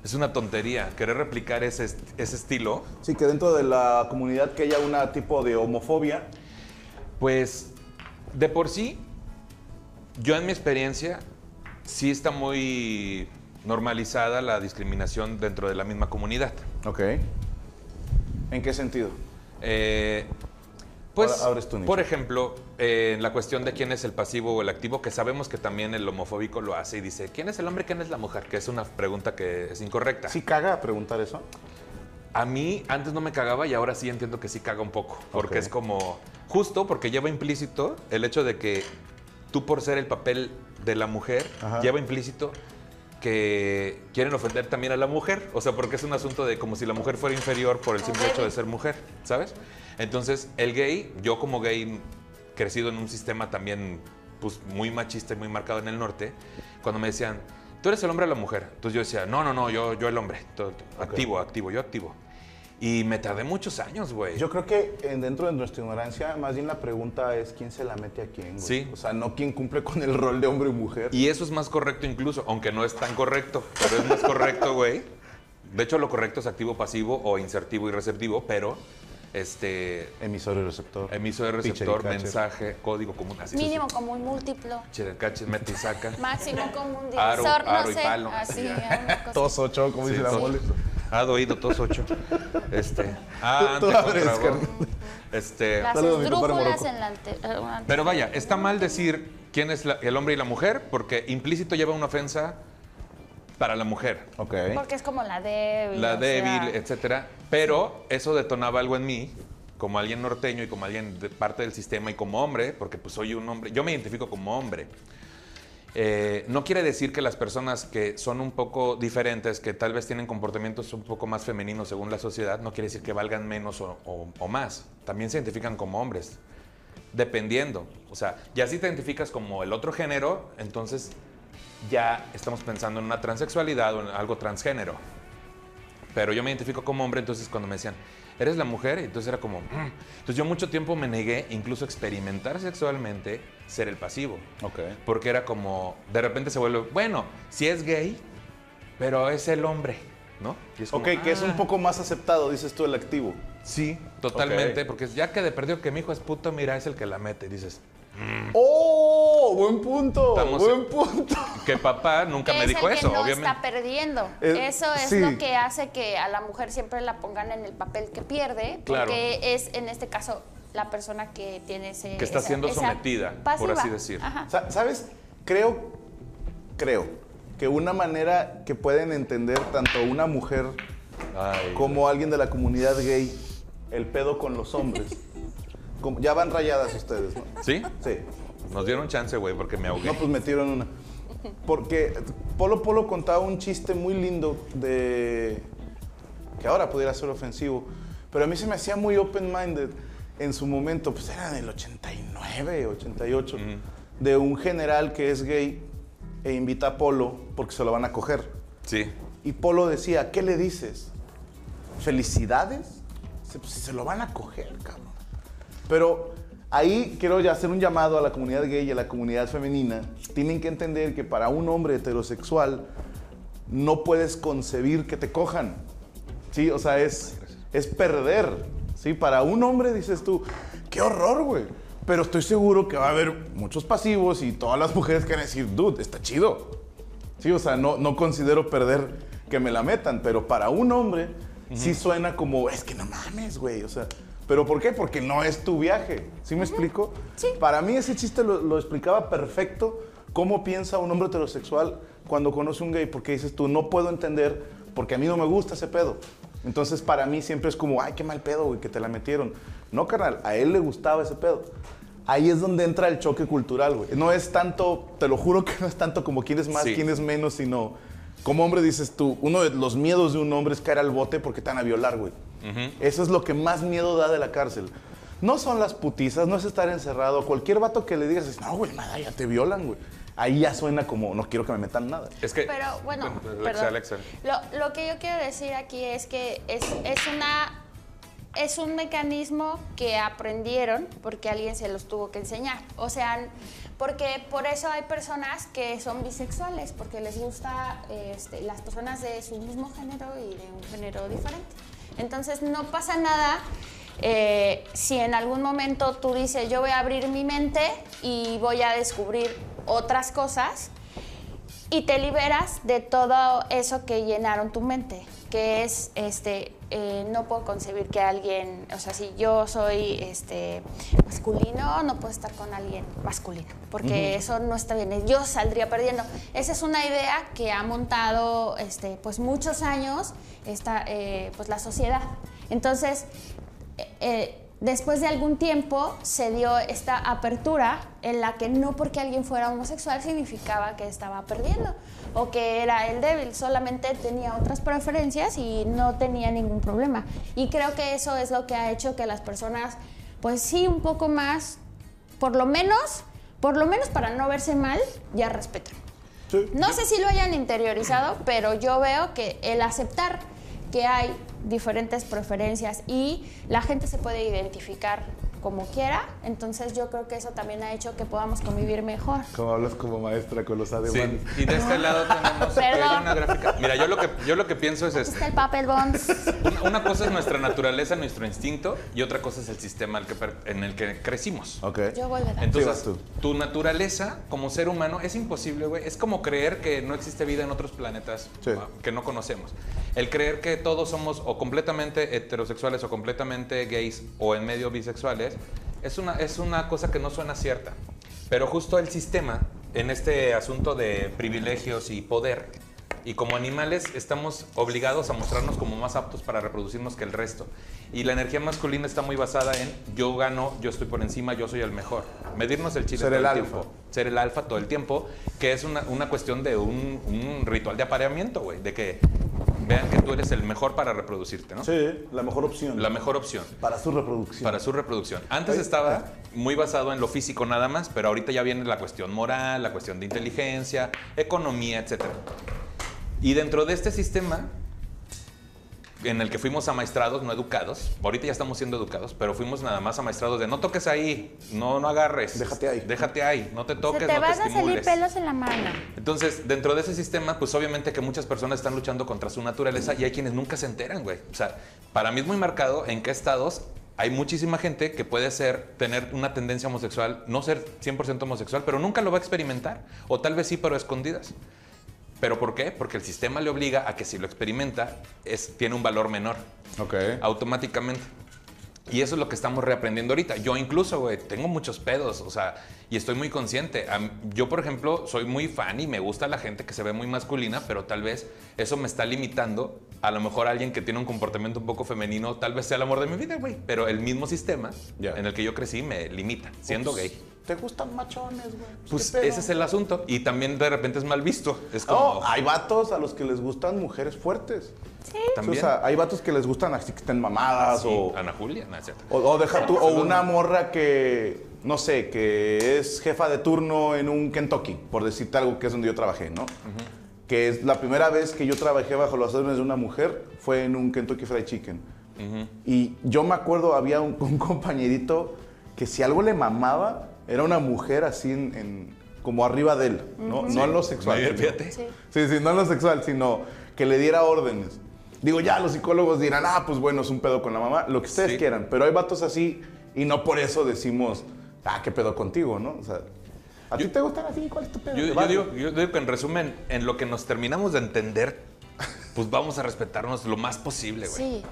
Es una tontería. Querer replicar ese, est- ese estilo
Sí, que dentro de la comunidad que haya una tipo de homofobia.
Pues de por sí, yo en mi experiencia, sí está muy normalizada la discriminación dentro de la misma comunidad.
Ok. ¿En qué sentido?
Eh, pues,
Ahora abres tu nicho.
por ejemplo, eh, en la cuestión de quién es el pasivo o el activo, que sabemos que también el homofóbico lo hace y dice, ¿quién es el hombre, quién es la mujer? Que es una pregunta que es incorrecta.
¿Sí caga preguntar eso?
A mí antes no me cagaba y ahora sí entiendo que sí caga un poco. Porque
Ok.
es como. Justo porque lleva implícito el hecho de que tú, por ser el papel de la mujer,
Ajá.
lleva implícito que quieren ofender también a la mujer. O sea, porque es un asunto de como si la mujer fuera inferior por el simple
Ok.
hecho de ser mujer, ¿sabes? Entonces, el gay, yo como gay crecido en un sistema también pues, muy machista y muy marcado en el norte, cuando me decían, ¿tú eres el hombre o la mujer? Entonces yo decía, no, no, no, yo, yo el hombre. To- to- Activo, activo, yo activo. Y me tardé muchos años, güey.
Yo creo que eh, dentro de nuestra ignorancia, más bien la pregunta es quién se la mete a quién, güey.
Sí.
O sea, no quién cumple con el rol de hombre y mujer.
Y eso es más correcto incluso, aunque no es tan correcto, pero es más correcto, güey. De hecho, lo correcto es activo, pasivo o insertivo y receptivo, pero este
Emisor y receptor.
emiso de
Pitcher y
receptor,
catcher.
mensaje, código común, así.
Mínimo común múltiplo.
Pitcher y catcher, mete y saca.
Máximo común
Aro,
divisor. No
aro y
sé.
palo.
¿eh? Así, una cosa.
Tos ocho, como
Sí,
dice la
tos-
mole. pues.
Ha doído todos ocho. Este. Ah,
Tú- tú
ante
abres,
contra voz.
carnal.
Este.
Las
Saludos, mi compadre
esdrújulas
Morocco.
en la ante- eh, una-
Pero vaya, está mal decir quién es la- el hombre y la mujer, porque implícito lleva una ofensa para la mujer.
Ok.
Porque es como la
eh,
débil.
La
o sea,
débil, eh, etcétera. Pero eso detonaba algo en mí, como alguien norteño y como alguien de parte del sistema y como hombre, porque pues soy un hombre. Yo me identifico como hombre. Eh, no quiere decir que las personas que son un poco diferentes, que tal vez tienen comportamientos un poco más femeninos según la sociedad, no quiere decir que valgan menos o, o- o más. También se identifican como hombres, dependiendo. O sea, ya si te identificas como el otro género, entonces ya estamos pensando en una transexualidad o en algo transgénero. pero yo me identifico como hombre, entonces cuando me decían, eres la mujer, entonces era como, "Mm". entonces yo mucho tiempo me negué incluso a experimentar sexualmente ser el pasivo.
Ok.
Porque era como, de repente se vuelve, bueno, si es gay, pero es el hombre, ¿no? Y es como,
Ok, que es un
"Ah".
poco más aceptado, dices tú, el activo.
Sí, totalmente,
Ok.
porque ya que de perdió que mi hijo es puto, mira, es el que la mete, y dices.
¡Oh! ¡Buen punto!
Estamos-
¡Buen punto!
Que papá nunca
Que
me
es
dijo
el
eso,
que no
obviamente.
está perdiendo.
Eh,
eso es
sí.
lo que hace que a la mujer siempre la pongan en el papel que pierde,
Claro.
porque es en este caso la persona que tiene ese
Que está
esa-
siendo
esa
sometida, por
pasiva.
así decir.
Ajá.
Sa- ¿Sabes? Creo, creo que una manera que pueden entender tanto una mujer
Ay,
como alguien de la comunidad gay el pedo con los hombres. Como- ya van rayadas ustedes, ¿no?
¿Sí?
Sí.
Nos dieron chance, güey, porque me ahogué.
No, pues metieron una. Porque Polo Polo contaba un chiste muy lindo de. que ahora pudiera ser ofensivo, pero a mí se me hacía muy open-minded en su momento, pues era del 89, 88, de un general que es gay e invita a Polo porque se lo van a coger.
Sí.
Y Polo decía, ¿qué le dices? ¿Felicidades? Se, pues, se lo van a coger, cabrón. Pero ahí quiero ya hacer un llamado a la comunidad gay y a la comunidad femenina. Tienen que entender que para un hombre heterosexual no puedes concebir que te cojan. Sí, o sea, es, es perder. Sí, para un hombre dices tú, qué horror, güey. Pero estoy seguro que va a haber muchos pasivos y todas las mujeres que van a decir, dude, está chido. Sí, o sea, no, no considero perder que me la metan, pero para un hombre sí suena como, es que no mames, güey. O sea, ¿pero por qué? Porque no es tu viaje. ¿Sí me explico?
Sí.
Para mí ese chiste lo, lo explicaba perfecto cómo piensa un hombre heterosexual cuando conoce un gay, porque dices tú, no puedo entender, porque a mí no me gusta ese pedo. Entonces para mí siempre es como, ay, qué mal pedo, güey, que te la metieron. No, carnal, a él le gustaba ese pedo. Ahí es donde entra el choque cultural, güey. No es tanto, te lo juro que no es tanto como quién es más,
Sí.
quién es menos, sino como hombre dices tú, uno de los miedos de un hombre es caer al bote porque te van a violar, güey. Eso es lo que más miedo da de la cárcel. No son las putizas, no es estar encerrado. Cualquier vato que le digas, es, no, güey, nada, ya te violan, güey. Ahí ya suena como, no quiero que me metan nada.
Es que.
Pero bueno,
Alexa,
perdón.
Alexa.
Lo, lo que yo quiero decir aquí es que es, es una es un mecanismo que aprendieron porque alguien se los tuvo que enseñar. O sea, porque por eso hay personas que son bisexuales, porque les gusta este, las personas de su mismo género y de un género diferente. Entonces no pasa nada eh, si en algún momento tú dices, yo voy a abrir mi mente y voy a descubrir otras cosas y te liberas de todo eso que llenaron tu mente, que es, este, eh, no puedo concebir que alguien, o sea, si yo soy, este, masculino, no puedo estar con alguien masculino, porque eso no está bien, yo saldría perdiendo. Esa es una idea que ha montado, este, pues muchos años, esta, eh, pues la sociedad. Entonces, eh, eh, después de algún tiempo se dio esta apertura en la que no porque alguien fuera homosexual significaba que estaba perdiendo o que era el débil, solamente tenía otras preferencias y no tenía ningún problema. Y creo que eso es lo que ha hecho que las personas, pues sí, un poco más, por lo menos, por lo menos para no verse mal, ya respetan. No sé si lo hayan interiorizado, pero yo veo que el aceptar que hay diferentes preferencias y la gente se puede identificar como quiera, entonces yo creo que eso también ha hecho que podamos convivir mejor.
Como hablas como maestra con los
Sí,
ademanes.
y de este lado tenemos aquí
Perdón.
hay una gráfica. Mira, yo lo que yo lo que pienso es este.
Está el papel bonds.
Una- Una cosa es nuestra naturaleza, nuestro instinto, y otra cosa es el sistema al que per- en el que crecimos.
Ok.
Yo voy a dar.
Sí,
Entonces,
vas tú.
tu naturaleza como ser humano es imposible, güey. Es como creer que no existe vida en otros planetas
Sí.
ah, que no conocemos. El creer que todos somos o completamente heterosexuales o completamente gays o en medio bisexuales es una, es una cosa que no suena cierta. Pero justo el sistema, en este asunto de privilegios y poder, y como animales estamos obligados a mostrarnos como más aptos para reproducirnos que el resto. Y la energía masculina está muy basada en yo gano, yo estoy por encima, yo soy el mejor. Medirnos el chile
Ser
todo
el
el
alfa.
tiempo ser el alfa todo el tiempo, que es una, una cuestión de un, un ritual de apareamiento, güey, de que vean que tú eres el mejor para reproducirte, ¿no?
Sí, la mejor opción.
La mejor opción
Para su reproducción.
para su reproducción. Antes
Oye, eh.
estaba
ajá.
muy basado en lo físico nada más, pero ahorita ya viene la cuestión moral, la cuestión de inteligencia, economía, etc. Y dentro de este sistema, en el que fuimos amaestrados, no educados. Ahorita ya estamos siendo educados, pero fuimos nada más amaestrados de no toques ahí, no, no agarres.
Déjate ahí.
Déjate ahí, no te toques,
Se te
no
van
te
a salir
estimules.
pelos en la mano.
Entonces, dentro de ese sistema, pues obviamente que muchas personas están luchando contra su naturaleza y hay quienes nunca se enteran, güey. O sea, para mí es muy marcado en qué estados hay muchísima gente que puede ser, tener una tendencia homosexual, no ser 100% homosexual, pero nunca lo va a experimentar. O tal vez sí, pero a escondidas. ¿Pero por qué? Porque el sistema le obliga a que si lo experimenta, es, tiene un valor menor
Ok.
automáticamente. Y eso es lo que estamos reaprendiendo ahorita. Yo incluso, güey, tengo muchos pedos, o sea, y estoy muy consciente. A mí- Yo, por ejemplo, soy muy fan y me gusta la gente que se ve muy masculina, pero tal vez eso me está limitando. A lo mejor alguien que tiene un comportamiento un poco femenino, tal vez sea el amor de mi vida, güey. Pero el mismo sistema
Ya.
en el que yo crecí me limita, siendo
Pues,
gay.
¿Te gustan machones, güey? ¿Qué
Pues
pedo?
ese es el asunto. Y también de repente es mal visto. Es como...
No, ah, hay vatos a los que les gustan mujeres fuertes.
también.
O sea, hay vatos que les gustan así que estén mamadas
Sí,
o,
Ana Julia, no es cierto.
o- o deja tú, o una morra que, no sé, que es jefa de turno en un Kentucky, por decirte algo que es donde yo trabajé, ¿no? Que es la primera vez que yo trabajé bajo las órdenes de una mujer fue en un Kentucky Fried Chicken. Y yo me acuerdo, había un, un compañerito que si algo le mamaba, era una mujer así en, en- como arriba de él, ¿no? No en lo sexual.
Mira,
sino-
fíjate.
Sí.
Sí, sí, no en lo sexual, sino que le diera órdenes. Digo, ya los psicólogos dirán, ah, pues bueno, es un pedo con la mamá, lo que ustedes
Sí.
quieran, pero hay vatos así y no por eso decimos, ah, qué pedo contigo, ¿no? O sea, ¿a ti
Yo-
te gustan así? ¿Cuál es tu pedo?
Yo,
Te
yo
vale.
digo, yo digo que en resumen, en lo que nos terminamos de entender, pues vamos a respetarnos lo más posible, güey.
Sí.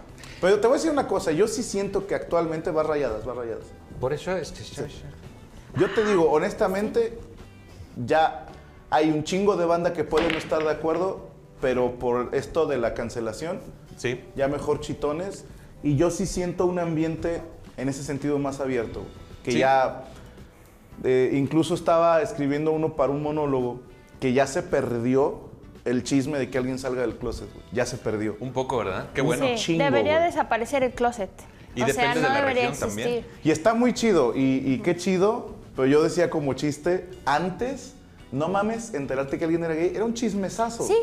Pero te voy a decir una cosa, yo sí siento que actualmente va rayadas, va rayadas.
Por eso es que...
Yo te digo, honestamente, ya hay un chingo de banda que puede no estar de acuerdo, pero por esto de la cancelación,
Sí.
ya mejor chitones. Y yo sí siento un ambiente en ese sentido más abierto. Que
Sí.
ya. eh, incluso estaba escribiendo uno para un monólogo que ya se perdió el chisme de que alguien salga del closet. güey. Ya se perdió.
Un poco, ¿verdad? Qué bueno.
Sí,
chingo,
debería
güey.
desaparecer el closet.
Y
o sea,
depende de
no
la
debería
región
existir.
también.
Y está muy chido. Y, y qué chido. Pero yo decía como chiste, antes, no mames, enterarte que alguien era gay era un chismesazo.
Sí,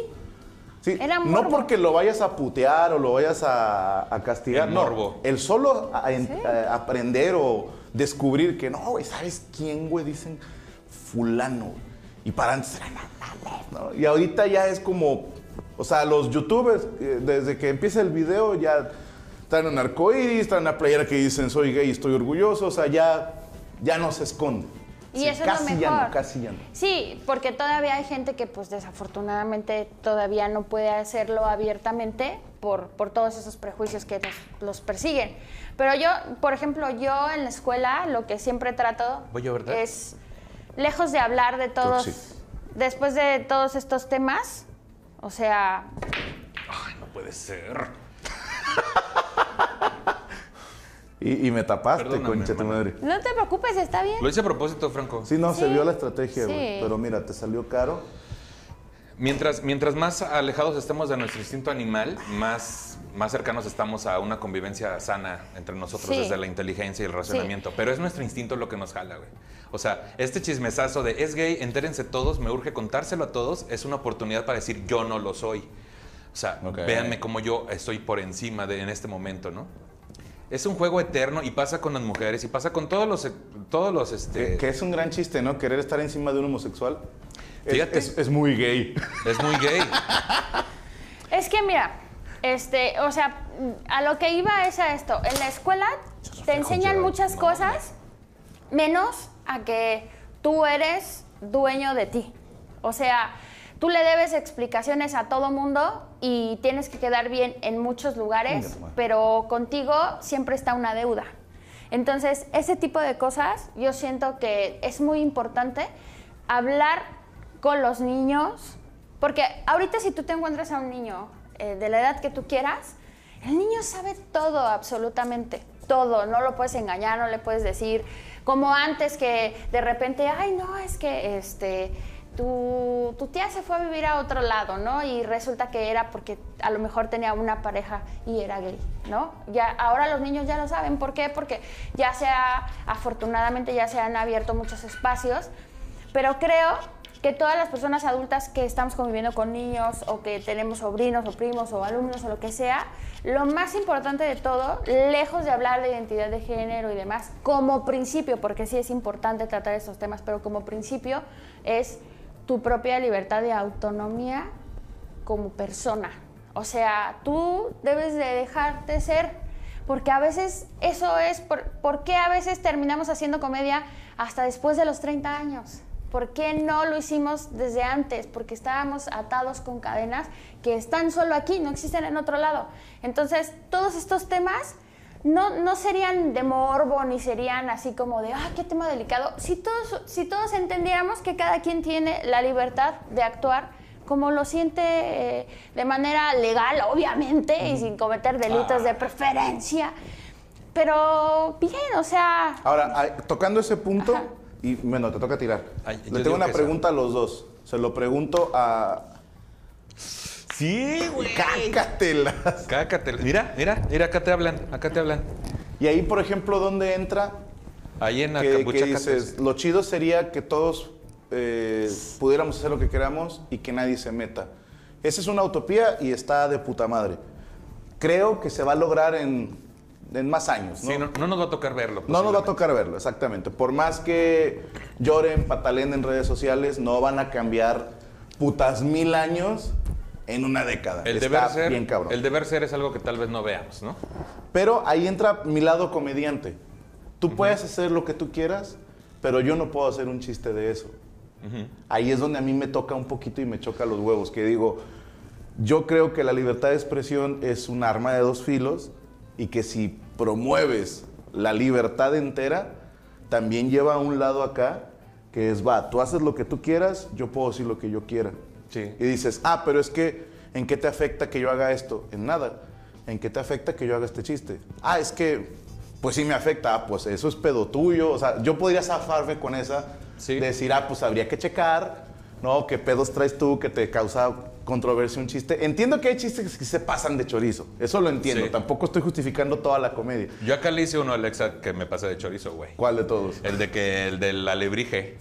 Sí,
Era
no
morbo.
porque lo vayas a putear o lo vayas a, a castigar.
El
no.
morbo.
El solo a- a- en-
Sí.
a- aprender o descubrir que no, güey, ¿sabes quién, güey? Dicen fulano. güey. Y para antes era, "No mames", ¿no? Y ahorita ya es como, o sea, los youtubers, eh, desde que empieza el video ya traen un arcoíris, traen una playera que dicen soy gay, estoy orgulloso. O sea, ya, ya no se esconde.
Y
Sí,
eso es lo
casi ya
mejor.
no, casi ya no.
Sí, porque todavía hay gente que, pues desafortunadamente, todavía no puede hacerlo abiertamente por, por todos esos prejuicios que nos- los persiguen. Pero yo, por ejemplo, yo en la escuela lo que siempre trato
Voy yo, ¿verdad?
es, lejos de hablar de
que
todos,
sí.
después de todos estos temas, o sea,
Ay, no puede ser.
Y, y me tapaste,
Perdóname,
concha tu
hermano.
madre.
no te preocupes, está bien.
Lo hice a propósito, Franco.
Sí, no, se
Sí,
vio la estrategia, güey.
sí.
Pero mira, te salió caro.
Mientras, mientras más alejados estemos de nuestro instinto animal, más, más cercanos estamos a una convivencia sana entre nosotros
Sí.
desde la inteligencia y el racionamiento. Pero es nuestro instinto lo que nos jala, güey. O sea, este chismesazo de es gay, entérense todos, me urge contárselo a todos, es una oportunidad para decir yo no lo soy. O sea,
Ok.
véanme cómo yo estoy por encima de en este momento, ¿no? Es un juego eterno y pasa con las mujeres y pasa con todos los, todos los, este,
Que, que es un gran chiste, ¿no? Querer estar encima de un homosexual. Es-
Fíjate.
Es, es muy gay.
es muy gay.
Es que mira, este, o sea, a lo que iba es a esto. En la escuela te enseñan
Jedi.
muchas
No,
cosas, menos a que tú eres dueño de ti. O sea, tú le debes explicaciones a todo mundo y tienes que quedar bien en muchos lugares,
Chinga tu madre.
pero contigo siempre está una deuda. Entonces, ese tipo de cosas yo siento que es muy importante hablar con los niños, porque ahorita si tú te encuentras a un niño eh, de la edad que tú quieras, el niño sabe todo, absolutamente todo, no lo puedes engañar, no le puedes decir, como antes que de repente, ay, no, es que este... Tu, tu tía se fue a vivir a otro lado, ¿no? Y resulta que era porque a lo mejor tenía una pareja y era gay, ¿no? Ya, ahora los niños ya lo saben. ¿Por qué? Porque ya se ha, afortunadamente, ya se han abierto muchos espacios. Pero creo que todas las personas adultas que estamos conviviendo con niños o que tenemos sobrinos o primos o alumnos o lo que sea, lo más importante de todo, lejos de hablar de identidad de género y demás, como principio, porque sí es importante tratar estos temas, pero como principio es tu propia libertad de autonomía como persona. O sea, tú debes de dejarte ser porque a veces eso es, por, ¿por qué a veces terminamos haciendo comedia hasta después de los 30 años? ¿Por qué no lo hicimos desde antes? Porque estábamos atados con cadenas que están solo aquí, no existen en otro lado. Entonces, todos estos temas no, no serían de morbo, ni serían así como de, ah, qué tema delicado. Si todos, si todos entendiéramos que cada quien tiene la libertad de actuar como lo siente eh, de manera legal, obviamente, y sin cometer delitos
Ah.
de preferencia. Pero bien, o sea,
Ahora, a- tocando ese punto,
Ajá.
y bueno, te toca tirar.
Ay, yo
Le
digo
tengo una
que
pregunta a los dos. Se lo pregunto a.
Sí, güey.
¡Cácatelas!
Cácate. Mira, mira, mira, acá te hablan, acá te hablan.
Y ahí, por ejemplo, ¿dónde entra?
Ahí en
Que, que
Acapuchacates.
dices, lo chido sería que todos eh, pudiéramos hacer lo que queramos y que nadie se meta. Esa es una utopía y está de puta madre. Creo que se va a lograr en, en más años, ¿no?
Sí, no, no nos va a tocar verlo.
No nos va a
posiblemente.
tocar verlo, exactamente. Por más que lloren, patalen en redes sociales, no van a cambiar putas mil años en una década.
El
Está
deber, ser,
bien cabrón.
el deber ser es algo que tal vez no veamos, ¿no?
Pero ahí entra mi lado comediante. Tú puedes hacer lo que tú quieras, pero yo no puedo hacer un chiste de eso. Ahí es donde a mí me toca un poquito y me choca los huevos, que digo, yo creo que la libertad de expresión es un arma de dos filos y que si promueves la libertad entera, también lleva a un lado acá, que es, va, tú haces lo que tú quieras, yo puedo decir lo que yo quiera.
Sí.
Y dices, ah, pero es que, ¿en qué te afecta que yo haga esto? En nada. ¿En qué te afecta que yo haga este chiste? Ah, es que, pues sí me afecta. Ah, pues eso es pedo tuyo. O sea, yo podría zafarme con esa.
Sí.
de Decir, ah, pues habría que checar. No, qué pedos traes tú que te causa controversia un chiste. Entiendo que hay chistes que se pasan de chorizo. Eso lo entiendo.
Sí.
Tampoco estoy justificando toda la comedia.
Yo acá le hice uno a Alexa que me pasé de chorizo, güey.
¿Cuál de todos?
El de que el del alebrije,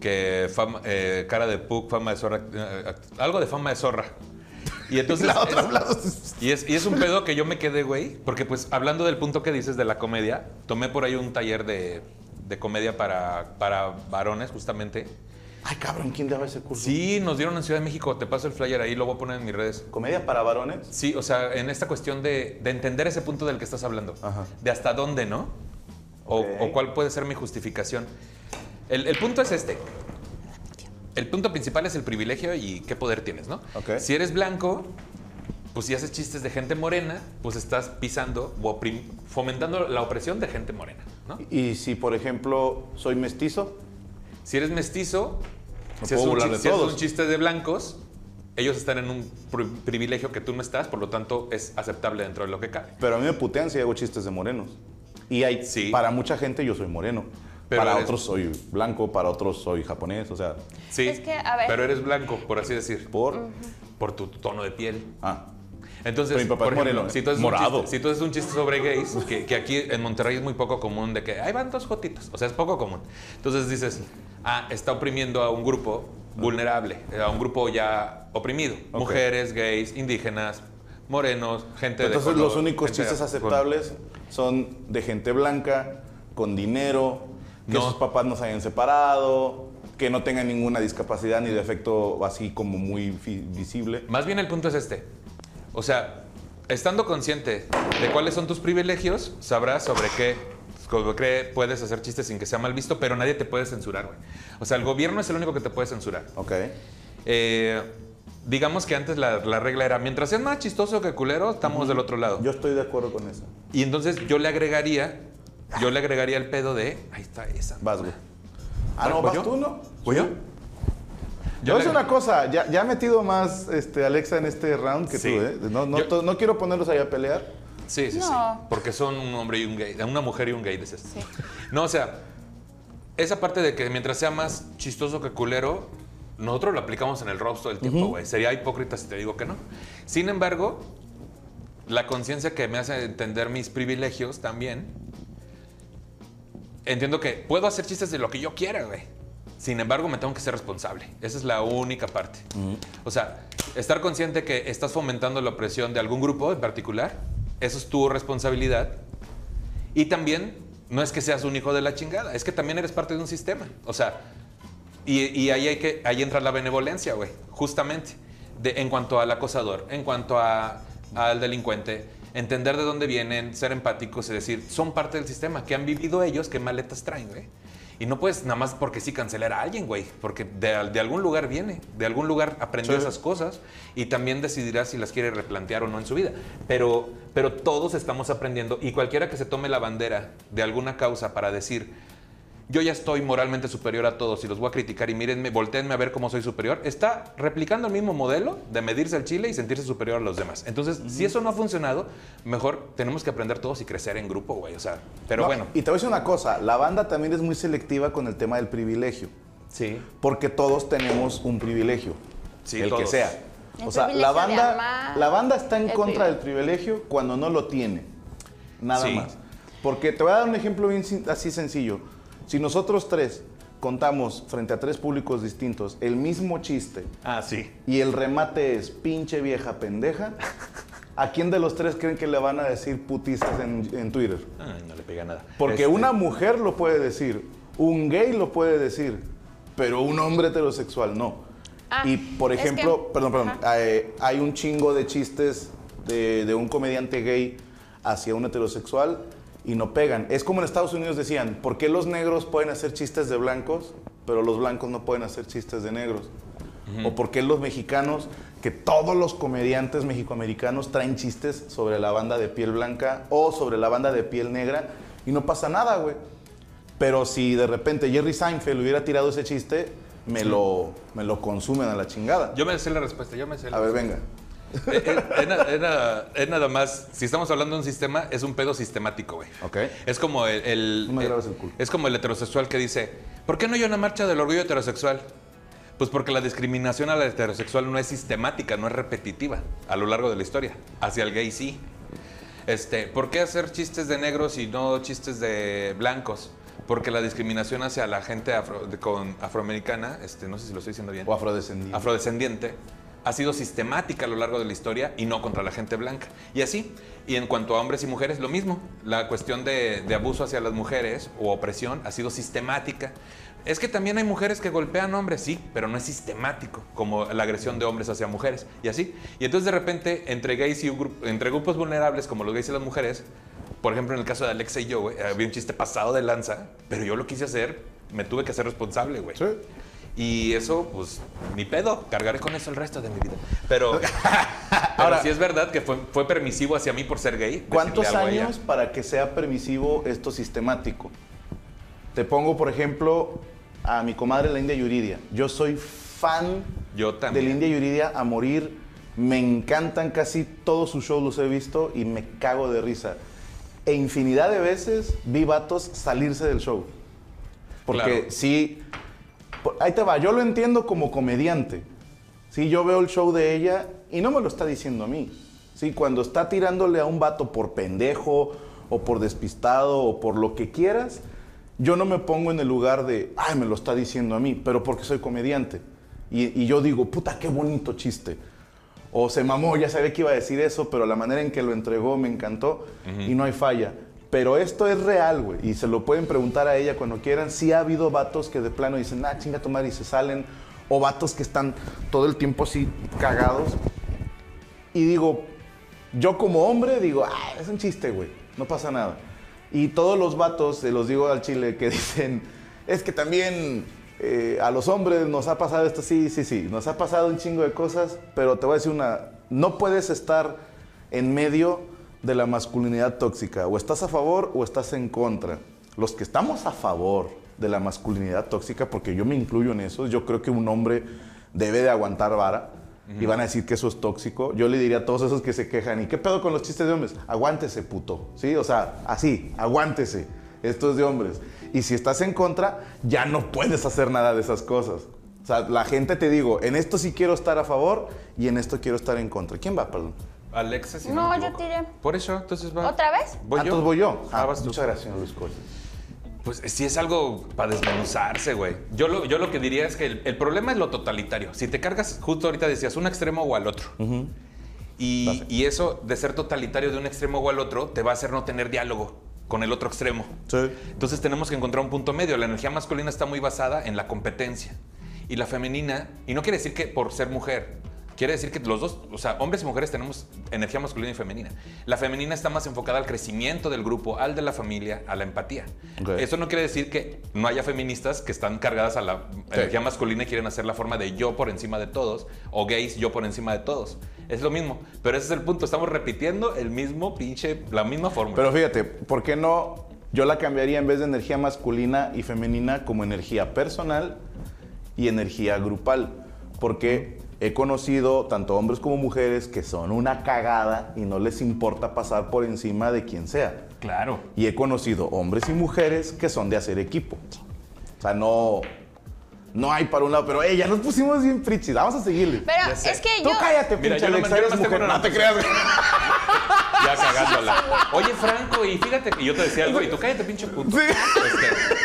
que fama- eh, cara de pug, fama de zorra, eh, act- algo de fama de zorra. Y entonces
la otra
es-
hablaba-
y es, y es un pedo que yo me quedé, güey, porque pues hablando del punto que dices de la comedia, tomé por ahí un taller de, de comedia para, para varones justamente.
Ay, cabrón, ¿quién daba ese curso?
Sí, nos dieron en Ciudad de México, te paso el flyer ahí, lo voy a poner en mis redes.
¿Comedia para varones?
Sí, o sea, en esta cuestión de, de entender ese punto del que estás hablando,
Ajá.
de hasta dónde, ¿no? O,
Ok.
o cuál puede ser mi justificación. El, el punto es este. El punto principal es el privilegio y qué poder tienes, ¿no?
Ok.
Si eres blanco, pues si haces chistes de gente morena, pues estás pisando o oprim- fomentando la opresión de gente morena, ¿no?
Y si, por ejemplo, soy mestizo,
Si eres mestizo,
Me
si, es
puedo
un,
burlar
chi-
de
si haces
todos.
un chiste de blancos, ellos están en un pri- privilegio que tú no estás, por lo tanto es aceptable dentro de lo que cabe.
Pero a mí me putean si hago chistes de morenos. Y hay,
Sí.
para mucha gente yo soy moreno.
Pero
para
eres-
otros soy blanco, para otros soy japonés, o sea,
Sí.
Es que, a ver.
Pero eres blanco, por así decir,
por...
por tu tono de piel.
Ah,
Entonces,
Pero mi papá
por
es moreno,
si tú haces
morado.
Un chiste, si tú haces un chiste sobre gays, que, que aquí en Monterrey es muy poco común de que ahí van dos jotitos, o sea, es poco común. Entonces dices, ah, está oprimiendo a un grupo vulnerable, eh, a un grupo ya oprimido.
Ah. Ok.
Mujeres, gays, indígenas, morenos, gente de
entonces
color,
los únicos
gente
chistes
con-
aceptables son de gente blanca, con dinero, que
No.
sus papás no se hayan separado, que no tengan ninguna discapacidad ni defecto así como muy fi- visible.
Más bien el punto es este. O sea, estando consciente de cuáles son tus privilegios, sabrás sobre qué sobre qué puedes hacer chistes sin que sea mal visto, pero nadie te puede censurar, güey. O sea, el gobierno es el único que te puede censurar.
Ok.
Eh, digamos que antes la, la regla era, mientras seas más chistoso que culero, estamos del otro lado.
Yo estoy de acuerdo con eso.
Y entonces yo le agregaría, yo le agregaría el pedo de, ahí está esa.
Vas, güey. Ah,
Bueno,
no,
¿voy
vas
yo?
tú, ¿no?
¿Voy yo? Yo
no
le-
es una cosa, ya, ya ha metido más este, Alexa en este round que
Sí.
tú, ¿eh? No, no,
Yo-
to- no quiero ponerlos ahí a pelear.
Sí, sí, sí.
No.
Porque son un hombre y un gay, una mujer y un gay, dices.
Sí.
No, o sea, esa parte de que mientras sea más chistoso que culero, nosotros lo aplicamos en el roast todo el tiempo, güey. Sería hipócrita si te digo que no. Sin embargo, la conciencia que me hace entender mis privilegios también, entiendo que puedo hacer chistes de lo que yo quiera, güey. Sin embargo, me tengo que ser responsable. Esa es la única parte. O sea, estar consciente que estás fomentando la opresión de algún grupo en particular, eso es tu responsabilidad. Y también, no es que seas un hijo de la chingada, es que también eres parte de un sistema. O sea, y, y ahí, hay que, ahí entra la benevolencia, güey, justamente. De, en cuanto al acosador, en cuanto a- al delincuente, entender de dónde vienen, ser empáticos y decir, son parte del sistema, que han vivido ellos, qué maletas traen, güey. Y no puedes nada más porque sí cancelar a alguien, güey, porque de, al- de algún lugar viene, de algún lugar aprendió
Sí.
esas cosas y también decidirá si las quiere replantear o no en su vida. Pero, pero todos estamos aprendiendo y cualquiera que se tome la bandera de alguna causa para decir, yo ya estoy moralmente superior a todos y los voy a criticar y mírenme, volteenme a ver cómo soy superior, está replicando el mismo modelo de medirse al chile y sentirse superior a los demás. Entonces, si eso no ha funcionado, mejor tenemos que aprender todos y crecer en grupo, güey. O sea, pero
No,
bueno.
Y te voy a decir una cosa, la banda también es muy selectiva con el tema del privilegio,
Sí.
porque todos tenemos un privilegio,
Sí,
el
todos.
que sea.
El
o sea,
privilegio
la
de
banda,
amar,
la banda está en
el
contra
privilegio.
del privilegio cuando no lo tiene, nada
Sí.
más. Porque te voy a dar un ejemplo bien sin- así sencillo. Si nosotros tres contamos frente a tres públicos distintos el mismo chiste
Ah, sí.
y el remate es pinche vieja pendeja, ¿a quién de los tres creen que le van a decir putizas en, en Twitter?
Ay, no le pega nada.
Porque
Este,
una mujer lo puede decir, un gay lo puede decir, pero un hombre heterosexual no.
Ah,
y por
es que-
ejemplo, perdón, perdón,
Ajá.
eh, hay un chingo de chistes de, de un comediante gay hacia un heterosexual y no pegan. Es como en Estados Unidos decían, ¿por qué los negros pueden hacer chistes de blancos, pero los blancos no pueden hacer chistes de negros? ¿O por qué los mexicanos, que todos los comediantes mexicoamericanos traen chistes sobre la banda de piel blanca o sobre la banda de piel negra y no pasa nada, güey? Pero si de repente Jerry Seinfeld hubiera tirado ese chiste, me lo, me lo consumen a la chingada.
Yo me sé la respuesta, yo me sé la
A ver, venga.
Eh, eh, Es na- es na- es nada más, si estamos hablando de un sistema, es un pedo sistemático, güey.
Ok.
Es como el, el-
No me
eh,
grabes el culo.
Es como el heterosexual que dice, ¿por qué no hay una marcha del orgullo heterosexual? Pues porque la discriminación a la heterosexual no es sistemática, no es repetitiva a lo largo de la historia. Hacia el gay sí. Este, ¿Por qué hacer chistes de negros y no chistes de blancos? Porque la discriminación hacia la gente afro- de- con, afroamericana, este, no sé si lo estoy diciendo bien
O afrodescendiente.
afrodescendiente ha sido sistemática a lo largo de la historia y no contra la gente blanca. Y así, y en cuanto a hombres y mujeres, lo mismo. La cuestión de, de abuso hacia las mujeres o opresión ha sido sistemática. Es que también hay mujeres que golpean hombres, sí, pero no es sistemático, como la agresión de hombres hacia mujeres, y así. Y entonces de repente, entre gays y un gru- entre grupos vulnerables como los gays y las mujeres, por ejemplo, en el caso de Alexa y yo, güey, había un chiste pasado de lanza, pero yo lo quise hacer, me tuve que hacer responsable, güey.
Sí.
Y eso, pues, ni pedo. Cargaré con eso el resto de mi vida. Pero, pero
Ahora-
sí es verdad que fue, fue permisivo hacia mí por ser gay. decirle
¿Cuántos
algo a ella.
años para que sea permisivo esto sistemático? Te pongo, por ejemplo, a mi comadre la India Yuridia. Yo soy fan
Yo
de
también.
la India Yuridia a morir. Me encantan casi todos sus shows, los he visto y me cago de risa. E infinidad de veces vi vatos salirse del show. Porque
Claro.
sí, por- ahí te va, yo lo entiendo como comediante. Sí, yo veo el show de ella y no me lo está diciendo a mí. Sí, cuando está tirándole a un vato por pendejo o por despistado o por lo que quieras, yo no me pongo en el lugar de, ay, me lo está diciendo a mí, pero porque soy comediante. Y, y yo digo, puta, qué bonito chiste. O se mamó, ya sabía que iba a decir eso, pero la manera en que lo entregó me encantó y no hay falla. Pero esto es real, güey, y se lo pueden preguntar a ella cuando quieran. Sí ha habido vatos que de plano dicen, ah, chinga tu madre, y se salen. O vatos que están todo el tiempo así cagados. Y digo, yo como hombre digo, ah, es un chiste, güey, no pasa nada. Y todos los vatos, se los digo al chile, que dicen, es que también eh, a los hombres nos ha pasado esto, sí, sí, sí, nos ha pasado un chingo de cosas, pero te voy a decir una, no puedes estar en medio de la masculinidad tóxica, o estás a favor o estás en contra. Los que estamos a favor de la masculinidad tóxica, porque yo me incluyo en eso, yo creo que un hombre debe de aguantar vara, y van a decir que eso es tóxico. Yo le diría a todos esos que se quejan, ¿y qué pedo con los chistes de hombres? Aguántese, puto. ¿Sí? O sea, así, aguántese. Esto es de hombres. Y si estás en contra, ya no puedes hacer nada de esas cosas. O sea, la gente te digo, en esto sí quiero estar a favor y en esto quiero estar en contra. ¿Quién va, perdón?
Alexa, si
No,
me
yo
equivoco.
tiré.
Por eso, entonces va.
¿Otra vez?
¿Voy
Ah,
yo?
entonces voy yo.
Ah,
Ah,
vas tú.
muchas gracias, Luis Coy.
Pues sí es algo para desmenuzarse, güey. Yo lo, yo lo que diría es que el, el problema es lo totalitario. Si te cargas, justo ahorita decías, un extremo o al otro. y, y eso de ser totalitario de un extremo o al otro te va a hacer no tener diálogo con el otro extremo.
Sí.
Entonces tenemos que encontrar un punto medio. La energía masculina está muy basada en la competencia y la femenina, y no quiere decir que por ser mujer, quiere decir que los dos, o sea, hombres y mujeres tenemos energía masculina y femenina. La femenina está más enfocada al crecimiento del grupo, al de la familia, a la empatía.
Ok.
Eso no quiere decir que no haya feministas que están cargadas a la energía masculina y quieren hacer la forma de yo por encima de todos o gays yo por encima de todos. Es lo mismo, pero ese es el punto, estamos repitiendo el mismo pinche, la misma fórmula.
Pero fíjate, ¿por qué no? Yo la cambiaría en vez de energía masculina y femenina como energía personal y energía grupal. Porque he conocido tanto hombres como mujeres que son una cagada y no les importa pasar por encima de quien sea.
claro.
Y he conocido hombres y mujeres que son de hacer equipo. O sea, no, no hay para un lado, pero hey, ya nos pusimos bien frichis, vamos a seguirle.
Pero
Ya sé.
es que
Tú
yo.
cállate,
Mira,
pinche
yo
Alex,
nomás- yo
eres
nomás tengo
mujer.
una
No te creas.
Ya cagándola. Oye, Franco, y fíjate que yo te decía algo y tú cállate, pinche puto.
Sí.
Este,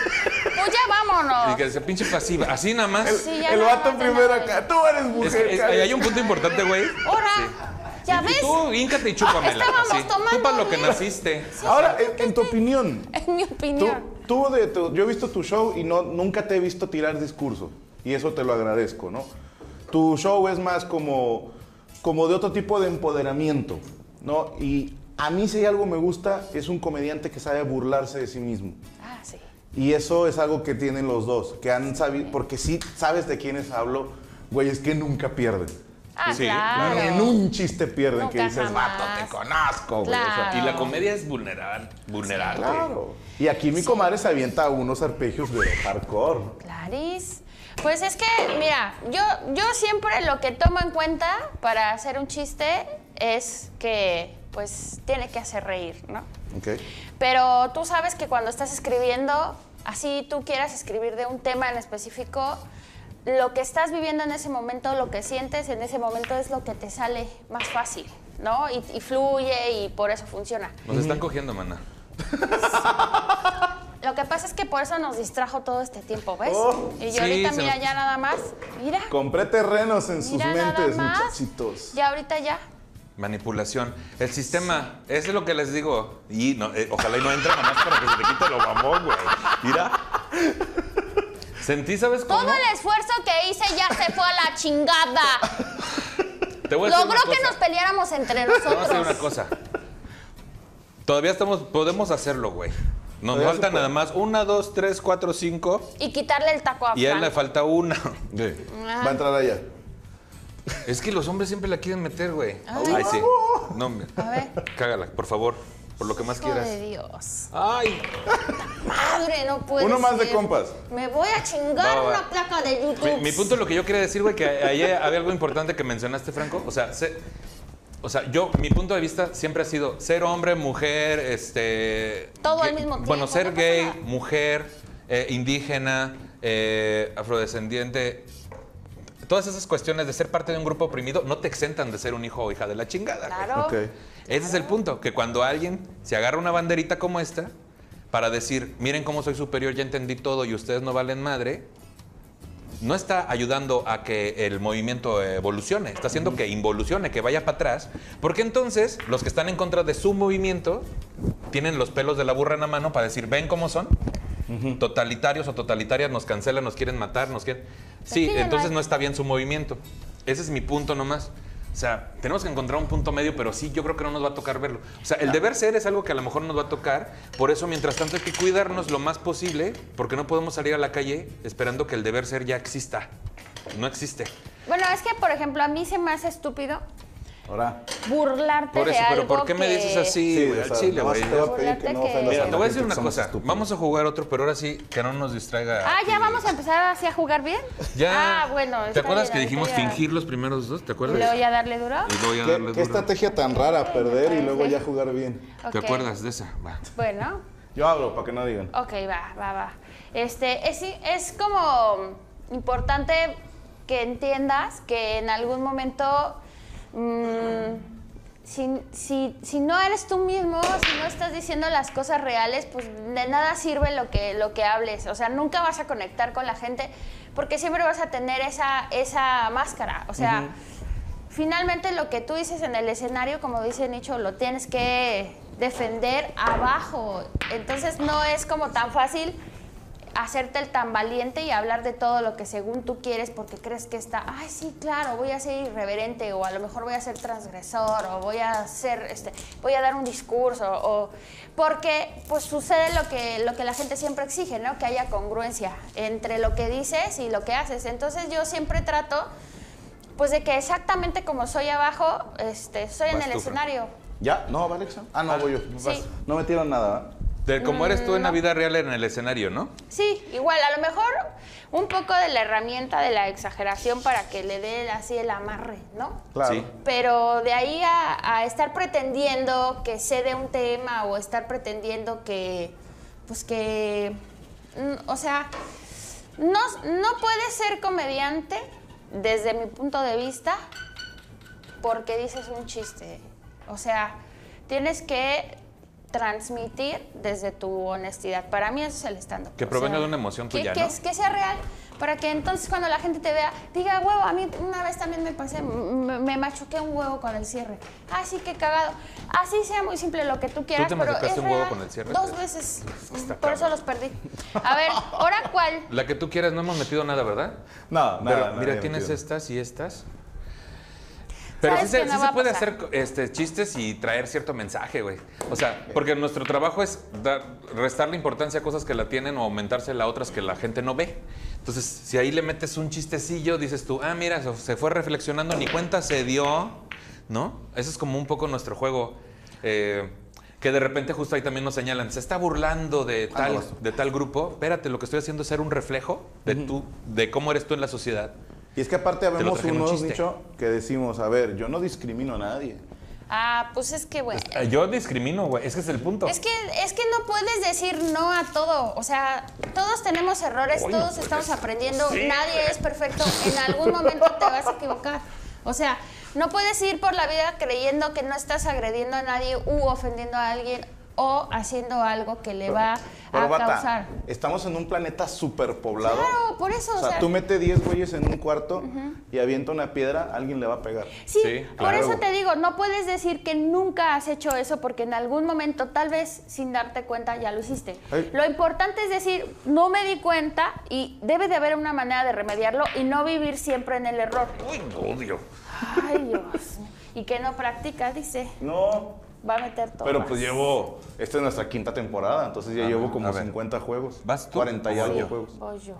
Pues ya
y
vámonos.
que decía, pinche pasiva. Así nada más.
Sí, ya
El
no,
vato
no,
primero
no.
acá, tú eres mujer.
Es que- es-
cállate.
hay un punto importante, güey.
¡Hora! ¿Ya
Y
ves?
Tú, híncate y chúpamela.
Estábamos
así.
tomando,
Tú para lo que
güey.
naciste.
Ahora, en, en tu opinión,
Es mi
tú,
opinión.
tú de tu- yo he visto tu show y no, nunca te he visto tirar discurso. Y eso te lo agradezco, ¿no? Tu show es más como, como de otro tipo de empoderamiento, ¿no? Y a mí si hay algo me gusta, es un comediante que sabe burlarse de sí mismo.
Ah, sí.
Y eso es algo que tienen los dos, que han sabido, porque sí sabes de quiénes hablo, güey, es que nunca pierden.
Ah,
Sí,
claro.
En un chiste pierden que
Nunca
dices,
jamás.
vato, te conozco, güey. O sea,
Claro.
Y la comedia es vulnerar, vulnerable.
Claro. Y aquí mi comadre se avienta unos arpegios de hardcore.
Claris. Pues es que, mira, yo, yo siempre lo que tomo en cuenta para hacer un chiste es que, pues, tiene que hacer reír, ¿no?
Ok.
Pero tú sabes que cuando estás escribiendo, así tú quieras escribir de un tema en específico, lo que estás viviendo en ese momento, lo que sientes en ese momento es lo que te sale más fácil, ¿no? Y, y fluye y por eso funciona.
Nos están cogiendo, mana.
Lo que pasa es que por eso nos distrajo todo este tiempo, ¿ves?
Oh.
y yo
Sí,
ahorita,
se
mira,
nos-
ya nada más, mira,
Compré terrenos en sus
mira nada
mentes,
más.
muchachitos.
Ya ahorita ya.
Manipulación. El sistema, eso es lo que les digo. Y no, eh, ojalá y no entre nada más para que se te quite lo mamón, güey. Mira. Sentí, ¿sabes cómo?
Todo el esfuerzo que hice ya se fue a la chingada.
Te voy a decir
Logró
una
que
cosa.
nos peleáramos entre
Vamos a hacer una
nosotros.
cosa. Todavía estamos, podemos hacerlo, güey. Nos
Todavía se
falta
puede.
nada más una, dos, tres, cuatro, cinco.
Y quitarle el taco a Ah,
Y a él le
Franco.
falta una.
Va a entrar allá.
Es que los hombres siempre la quieren meter, güey.
Ay,
Ay, sí. No, hombre.
A ver.
Cágala, por favor. Por lo que más
Hijo de
quieras.
Dios.
Ay.
Madre, no puede
Uno más de
ser.
compas.
Me voy a chingar
Va, va, va.
una placa de YouTube.
Mi, mi punto es lo que yo quería decir, güey, que ayer había algo importante que mencionaste, Franco. O sea, sé- o sea, yo, mi punto de vista siempre ha sido ser hombre, mujer, este.
Todo al
gay-
mismo tiempo,
Bueno,
no
ser
pasa
gay,
nada.
mujer, eh, indígena, eh, afrodescendiente. Todas esas cuestiones de ser parte de un grupo oprimido no te exentan de ser un hijo o hija de la chingada. güey.
Claro.
Ok.
Ese es el punto, que cuando alguien se agarra una banderita como esta para decir, miren cómo soy superior, ya entendí todo y ustedes no valen madre, no está ayudando a que el movimiento evolucione, está haciendo que involucione, que vaya para atrás, porque entonces los que están en contra de su movimiento tienen los pelos de la burra en la mano para decir, ven cómo son. Totalitarios o totalitarias nos cancelan, nos quieren matar, nos quieren. Sí,
Aquí ya no
entonces
hay-
no está bien su movimiento. Ese es mi punto nomás. O sea, tenemos que encontrar un punto medio, pero sí, yo creo que no nos va a tocar verlo. O sea, el deber ser es algo que a lo mejor nos va a tocar. Por eso, mientras tanto, hay que cuidarnos lo más posible, porque no podemos salir a la calle esperando que el deber ser ya exista. No existe.
Bueno, es que, por ejemplo, a mí se me hace estúpido
Ahora.
burlarte
Por eso,
de
pero
algo
¿por qué me
que-
dices así, güey? Al chile, güey.
Te voy a pedir
Acuérdate
que no
que-
ofendas
Mira,
la
te voy a
gente,
decir una
que somos
cosa.
estúpidos.
Vamos a jugar otro, pero ahora sí que no nos distraiga.
Ah, ya
aquí.
vamos a empezar así a jugar bien.
Ya.
Ah, bueno.
¿Te
está
acuerdas
bien,
que dijimos
ahorita ya.
fingir los primeros dos? ¿Te
Y
acuerdas?
luego ya darle duro.
Y luego ya
¿Qué,
darle
qué
duro.
estrategia tan rara, perder y luego ya jugar bien.
¿Te
Ok.
acuerdas de esa? Va.
Bueno,
Yo hablo, para que no digan.
ok, va, va, va. Este, es, es como importante que entiendas que en algún momento mm, si, si, si no eres tú mismo, si no estás diciendo las cosas reales, pues de nada sirve lo que, lo que hables. O sea, nunca vas a conectar con la gente porque siempre vas a tener esa, esa máscara. O sea, finalmente lo que tú dices en el escenario, como dice Nicho, lo tienes que defender abajo. Entonces no es como tan fácil hacerte el tan valiente y hablar de todo lo que según tú quieres porque crees que está, ay sí, claro, voy a ser irreverente o a lo mejor voy a ser transgresor o voy a ser, este, voy a dar un discurso o porque pues sucede lo que, lo que la gente siempre exige, ¿no? Que haya congruencia entre lo que dices y lo que haces. Entonces yo siempre trato pues de que exactamente como soy abajo, este, soy en
Vas
el
tú, Fran.
escenario.
¿Ya? ¿No, va Alexa? Ah, no,
Ah,
voy yo.
sí.
Vas. No me tiran nada, ¿eh? ¿verdad?
De como eres tú en la
Mm,
vida real en el escenario, ¿no?
Sí, igual, a lo mejor un poco de la herramienta de la exageración para que le dé así el amarre, ¿no?
Claro.
Sí.
Pero de ahí a, a estar pretendiendo que sé de un tema o estar pretendiendo que, pues que, mm, o sea, no, no puedes ser comediante desde mi punto de vista porque dices un chiste. O sea, tienes que transmitir desde tu honestidad. Para mí eso es el stand-up.
Que
O
provenga
sea,
de una emoción
que-
tuya,
que
¿no?
es- que sea real, para que entonces cuando la gente te vea, diga, huevo, a mí una vez también me pasé, me, me machuqué un huevo con el cierre. Así que cagado. Así sea muy simple lo que tú quieras,
te
pero
machucaste
es
un huevo
real.
con el cierre? pues.
Dos veces.
Está
Por eso
cabrón.
los perdí. A ver, ¿ahora cuál?
La que tú quieras, no hemos metido nada, ¿verdad?
No,
Pero
nada,
mira,
nada,
tienes
divertido.
estas y estas. Pero sí
Sabes
se,
que no
sí
va
se
a
puede
pasar.
hacer este, chistes y traer cierto mensaje, güey. O sea, porque nuestro trabajo es dar, restarle importancia a cosas que la tienen o aumentársela a otras que la gente no ve. Entonces, si ahí le metes un chistecillo, dices tú, ah, mira, se- se fue reflexionando, ni cuenta se dio, ¿no? Eso es como un poco nuestro juego. eh, que de repente justo ahí también nos señalan, se está burlando de
Ah, no,
tal,
vas.
de tal grupo. Espérate, lo que estoy haciendo es ser un reflejo de tú, de cómo eres tú en la sociedad.
Y es que aparte
lo
habemos
traje en un
unos
chiste.
nicho que decimos, a ver, yo no discrimino a nadie.
Ah, pues es que bueno.
Eh, Yo discrimino, güey. Es que es el punto.
Es que, es que no puedes decir no a todo. O sea, todos tenemos errores,
Hoy no
todos
puedes.
estamos aprendiendo, nadie es perfecto. En algún momento te vas a equivocar. O sea, no puedes ir por la vida creyendo que no estás agrediendo a nadie u ofendiendo a alguien o haciendo algo que le va
Pero
a
bata,
causar.
estamos en un planeta superpoblado.
Claro, por eso.
O sea, tú mete 10 güeyes en un cuarto y avienta una piedra, alguien le va a pegar.
Sí,
Sí,
por
claro.
eso te digo, no puedes decir que nunca has hecho eso porque en algún momento, tal vez sin darte cuenta, ya lo hiciste.
Ay.
Lo importante es decir, no me di cuenta y debe de haber una manera de remediarlo y no vivir siempre en el error.
Uy, odio.
Ay, Dios. mío. Y que no practica, dice,
No,
va a meter todo.
pero pues llevo, esta es nuestra quinta temporada, entonces ya
Ah,
llevo
a
como
ver.
50 juegos.
¿Vas tú
40 y
o voy
algo
yo?
juegos.
Voy yo.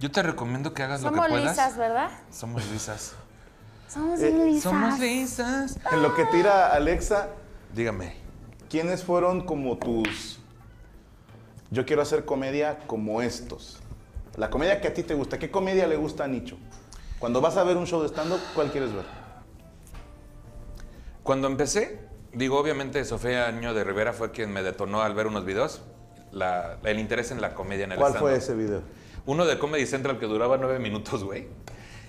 Yo te recomiendo que hagas lo
Somos
que puedas.
lisas, ¿verdad?
Somos lisas.
Somos
Eh,
bien lisas.
Somos lisas.
En lo que tira Alexa,
Dígame.
¿quiénes fueron como tus... Yo quiero hacer comedia como estos. La comedia que a ti te gusta. ¿Qué comedia le gusta a Nicho? Cuando vas a ver un show de stand-up, ¿cuál quieres ver?
Cuando empecé, digo, obviamente Sofía Año de Rivera fue quien me detonó al ver unos videos. la- el interés en la comedia en el
¿Cuál fue
stand-up.
ese video?
Uno de Comedy Central que duraba nueve minutos, güey.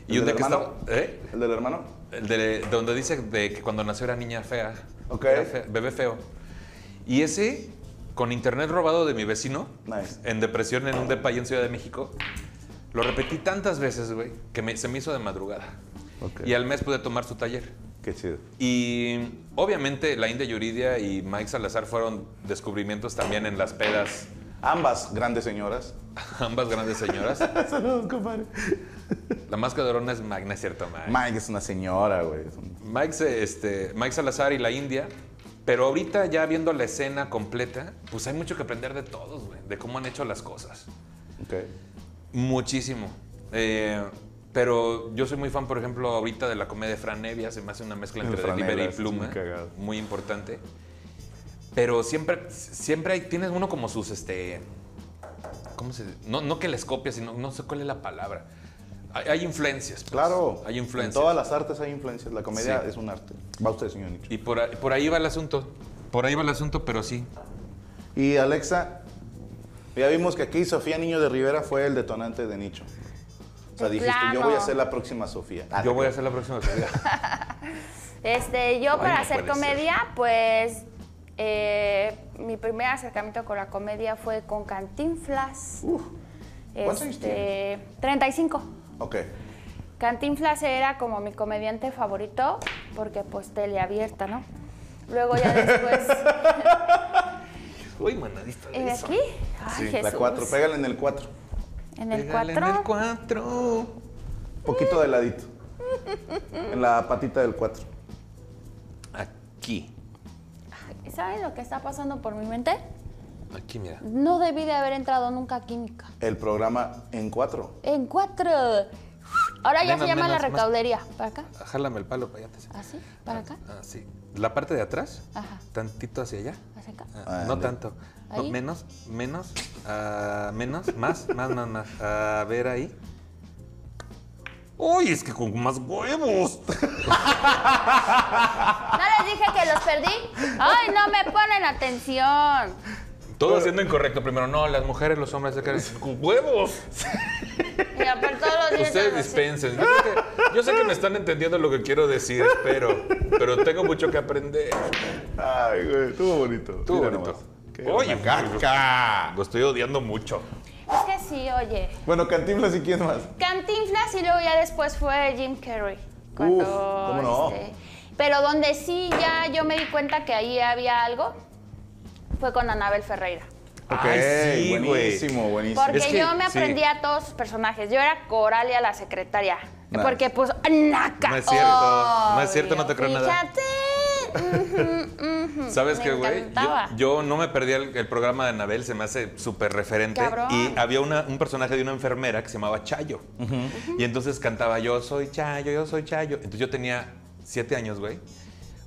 ¿El
Y un de
del
que estaba.
hermano?
¿Eh?
¿El del hermano?
El de, donde dice de que cuando nació era niña fea.
Ok.
Era fe- bebé feo. Y ese, con internet robado de mi vecino,
Nice.
en depresión en un depa ahí en Ciudad de México, lo repetí tantas veces, güey, que me- se me hizo de madrugada.
Ok.
Y al mes pude tomar su taller.
Qué chido.
Y obviamente la India Yuridia y Mike Salazar fueron descubrimientos también en las pedas,
Ambas grandes señoras.
ambas grandes señoras.
Saludos, compadre.
La más cadrona es Magna, es cierto, Mike.
Mike es una señora, güey. Es un-
Mike, se- este, Mike Salazar y la India. Pero ahorita ya viendo la escena completa, pues hay mucho que aprender de todos, güey, de cómo han hecho las cosas.
Ok.
Muchísimo. Eh, pero yo soy muy fan, por ejemplo, ahorita de la comedia de Fran Nevia, se me hace una mezcla
El
entre
Fran
delivery y
Evia, sí,
pluma,
muy cagado.
muy importante. Pero siempre, siempre hay, tienes uno como sus, este, ¿cómo se? No, no que les copias, sino no sé cuál es la palabra. Hay, hay influencias. pues.
Claro.
Hay influencias.
En todas las artes hay influencias. La comedia
Sí.
es un arte. Va usted, señor Nicho.
Y por, ahí- por ahí va el asunto. Por ahí va el asunto, pero sí.
Y Alexa, ya vimos que aquí Sofía Niño de Rivera fue el detonante de Nicho. O sea,
De
dijiste, yo
plano.
Ah,
voy a ser la próxima Sofía.
Yo voy a hacer la próxima salida.
Este, yo para
no
hacer
puede ser.
comedia, pues eh, mi primer acercamiento con la comedia fue con Cantinflas.
Uf. ¿Cuántos años
Este, 35.
Ok.
Cantinflas era como mi comediante favorito porque pues teleabierta, ¿no? Luego ya después
Uy, manadita de
¿En
eso.
aquí? Ay,
Sí,
La
Jesús.
4, pégale en el 4.
En el
Pégale
4.
En el 4.
Poquito de ladito. En la patita del 4.
Aquí.
¿Saben lo que está pasando por mi mente?
Aquí, mira.
No debí de haber entrado nunca a química.
El programa en 4.
En 4. Ahora ya
Menos,
se llama la
menos, más.
recaudería. ¿Para acá?
Jálame el palo para allá. te-
¿Así? ¿Para acá?
Ah, sí. La parte de atrás.
Ajá.
Tantito hacia allá.
¿Hacia acá?
Ah,
Ah,
no
ándale.
tanto. No,
Ahí.
menos, menos, ah, menos, más, más, más, más. A ver ahí. Uy, es que con más huevos.
No les dije que los perdí. Ay, no me ponen atención.
Todo siendo incorrecto primero. No, las mujeres, los hombres, acá, con huevos.
Y aparte todos los días.
Ustedes
estamos así.
dispensen. Yo, creo que- yo sé que me están entendiendo lo que quiero decir, espero. Pero tengo mucho que aprender.
Ay, güey, estuvo bonito.
Tú,
Mira
bonito.
nomás. Qué
Oye,
buena
caca. Lo estoy odiando mucho.
Es que sí, oye.
Bueno, Cantinflas y quién más.
Cantinflas y luego ya después fue Jim Carrey. Cuando, este,
Uf, ¿cómo no?
pero donde sí ya yo me di cuenta que ahí había algo fue con Anabel Ferreira.
Ay, sí, güey.
buenísimo, buenísimo.
Porque
Es que-
yo me
sí.
aprendí a todos sus personajes. Yo era Coralia la secretaria.
Nice.
Porque pues naca.
No es cierto, no es cierto, no te creo nada.
nada. Fíjate. ujú, ujú.
¿Sabes
Me
qué, güey?
encantaba.
Yo, yo no me perdí el, el programa de Anabel, se me hace súper referente.
Cabrón.
Y había una- un personaje de una enfermera que se llamaba Chayo. Y entonces cantaba yo soy Chayo, yo soy Chayo. Entonces yo tenía siete años, güey.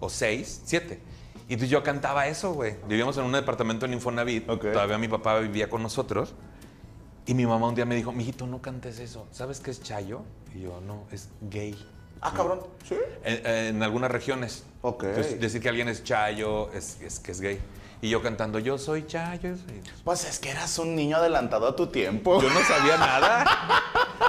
O seis, siete. Y entonces yo cantaba eso, güey. Vivíamos en un departamento en Infonavit.
Ok.
Todavía mi papá vivía con nosotros. Y mi mamá un día me dijo, mijito, no cantes eso. ¿Sabes qué es Chayo? Y yo, no, es gay
Ah, cabrón. Sí.
en, en algunas regiones.
Ok.
Entonces, decir que alguien es chayo es, es que es gay. Y yo cantando, yo soy chayo. yo soy-".
Pues es que eras un niño adelantado a tu tiempo.
Yo no sabía nada.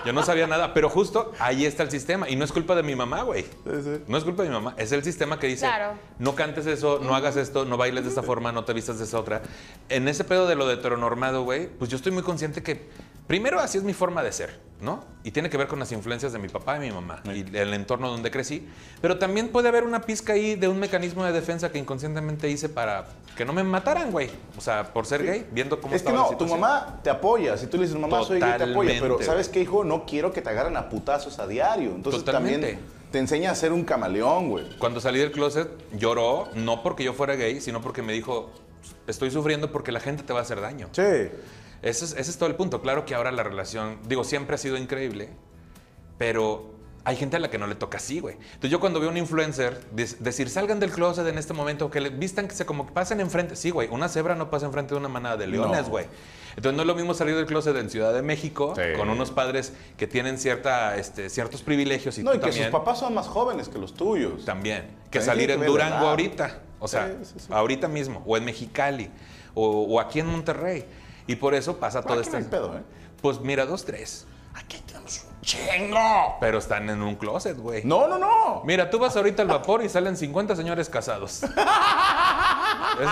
Yo no sabía nada, pero justo ahí está el sistema. Y no es culpa de mi mamá, güey.
Sí, sí.
No es culpa de mi mamá. Es el sistema que dice,
Claro.
no cantes eso, no hagas esto, no bailes de esta forma, no te vistas de esa otra. En ese pedo de lo de heteronormado, güey, pues yo estoy muy consciente que, primero, así es mi forma de ser, ¿no? Y tiene que ver con las influencias de mi papá y mi mamá y el entorno donde crecí. Pero también puede haber una pizca ahí de un mecanismo de defensa que inconscientemente hice para que no me mataran, güey. O sea, por ser gay, viendo cómo
Es que
estaba la
no, tu
situación.
mamá te apoya. Si tú le dices, mamá, soy gay, te apoya. Pero,
Totalmente,
¿sabes qué, hijo? No quiero que te agarren a putazos a diario. Entonces
Totalmente.
también te enseña a ser un camaleón, güey.
Cuando salí del closet lloró, no porque yo fuera gay, sino porque me dijo, "Pues, estoy sufriendo porque la gente te va a hacer daño.
Sí.
Ese es, ese es todo el punto. Claro que ahora la relación, digo, siempre ha sido increíble, pero hay gente a la que no le toca así, güey. Entonces yo cuando veo a un influencer des- decir, salgan del closet en este momento, que le vistan, que se como que pasen enfrente. Sí, güey, una cebra no pasa enfrente de una manada de leones,
No.
güey. Entonces no es lo mismo salir del closet en Ciudad de México
Sí.
con unos padres que tienen cierta, este, ciertos privilegios y
no,
tú
y que
también.
sus papás son más jóvenes que los tuyos.
También. Que
Sí,
salir
que
en
ver la
Durango
edad.
ahorita. O sea,
Sí, sí, sí.
ahorita mismo. O en Mexicali. O, o aquí en Monterrey. Y por eso pasa todo
Aquí no
este.
hay pedo, ¿eh?
Pues mira, dos, tres. Aquí tenemos un chingo. Pero están en un closet, güey.
No, no, no.
Mira, tú vas ahorita al vapor y salen 50 señores casados. Esa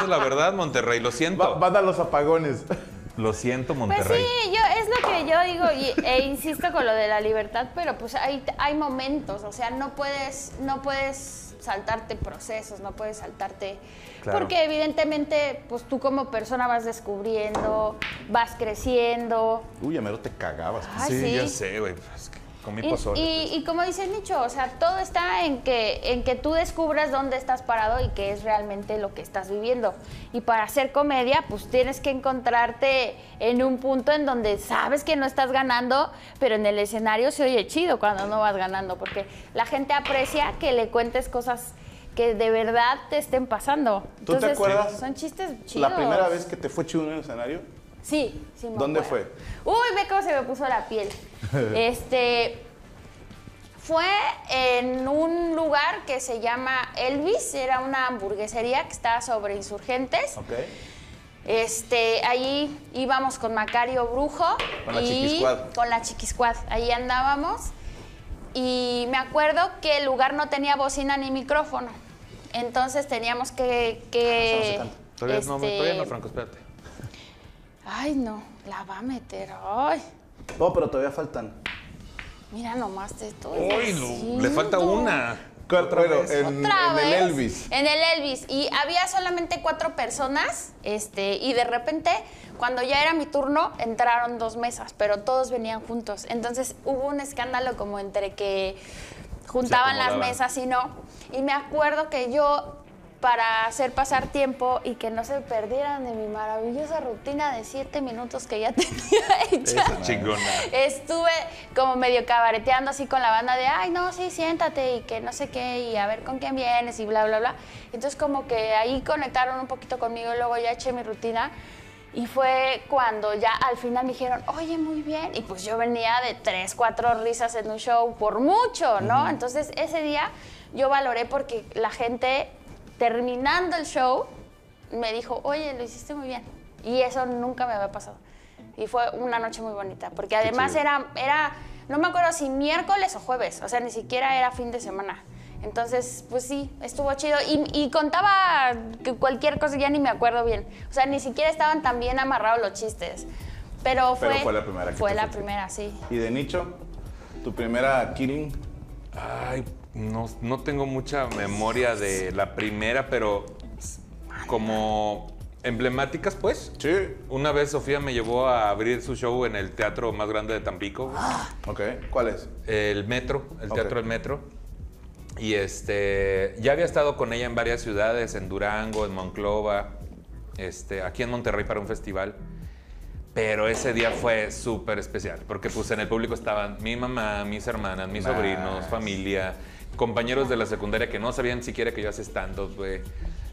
es la verdad, Monterrey. Lo siento.
Va- van a los apagones.
Lo siento,
Pues
Monterrey.
sí, yo es lo que yo digo y- e insisto con lo de la libertad, pero pues hay, hay momentos, o sea, no puedes, no puedes saltarte procesos, no puedes saltarte,
Claro.
porque evidentemente, pues tú como persona vas descubriendo, vas creciendo.
Uy, a mero te cagabas.
Ay,
Sí,
sí.
ya sé, güey. Es que comí
Y,
pozole.
y- y como dice Nicho, o sea, todo está en que, en que tú descubras dónde estás parado y qué es realmente lo que estás viviendo. Y para hacer comedia, pues tienes que encontrarte en un punto en donde sabes que no estás ganando, pero en el escenario se oye chido cuando no vas ganando, porque la gente aprecia que le cuentes cosas que de verdad te estén pasando.
¿Tú te acuerdas
Son chistes chidos.
La primera vez que te fue chido en el escenario.
Sí, sí. me
¿Dónde
acuerdo. Uy, ve cómo se me puso la piel. este fue en un lugar que se llama Elvis, era una hamburguesería que estaba sobre insurgentes.
Ok.
Este, ahí íbamos con Macario Brujo
Con la
y
Chiquisquad.
con la Chiquisquad. Ahí andábamos. Y me acuerdo que el lugar no tenía bocina ni micrófono. Entonces teníamos que. que
Ah, eso no se canta.
Todavía, no,
este,
todavía no, Franco, espérate.
Ay, no, la va a meter. Ay,
No, pero todavía faltan.
mira nomás te estoy.
Uy, lo- le falta
diciendo.
una.
Bueno, en,
Otra
en
vez.
el Elvis.
En el Elvis. Y había solamente cuatro personas. Este, y de repente, cuando ya era mi turno, entraron dos mesas, pero todos venían juntos. Entonces hubo un escándalo como entre que juntaban las
acomodaban.
mesas y no. Y me acuerdo que yo, para hacer pasar tiempo y que no se perdieran de mi maravillosa rutina de siete minutos que ya tenía hecha.
Chingona.
Estuve como medio cabareteando así con la banda de, ay, no, sí, siéntate y que no sé qué, y a ver con quién vienes y bla, bla, bla. Entonces como que ahí conectaron un poquito conmigo y luego ya eché mi rutina. Y fue cuando ya al final me dijeron, oye, muy bien. Y pues yo venía de tres, cuatro risas en un show por mucho, ¿no? Entonces ese día yo valoré porque la gente terminando el show me dijo, oye, lo hiciste muy bien. Y eso nunca me había pasado. Y fue una noche muy bonita, porque además
chido.
era, era, no me acuerdo si miércoles o jueves, o sea, ni siquiera era fin de semana. Entonces, pues sí, estuvo chido. Y, y contaba que cualquier cosa, ya ni me acuerdo bien. O sea, ni siquiera estaban tan bien amarrados los chistes. Pero fue,
Pero fue la primera que
Fue
te
la
fuiste.
primera, sí.
Y de nicho, tu primera killing.
Ay, no, no tengo mucha memoria de la primera, pero como emblemáticas, pues.
Sí.
Una vez Sofía me llevó a abrir su show en el teatro más grande de Tampico,
Ok, ¿cuál es?
el Metro, el
Ok.
Teatro del Metro. Y este, ya había estado con ella en varias ciudades, en Durango, en Monclova, este, aquí en Monterrey para un festival. Pero ese día fue súper especial, porque pues en el público estaban mi mamá, mis hermanas, mis
Nice.
sobrinos, familia, compañeros de la secundaria que no sabían siquiera que yo hacía stand-up, güey.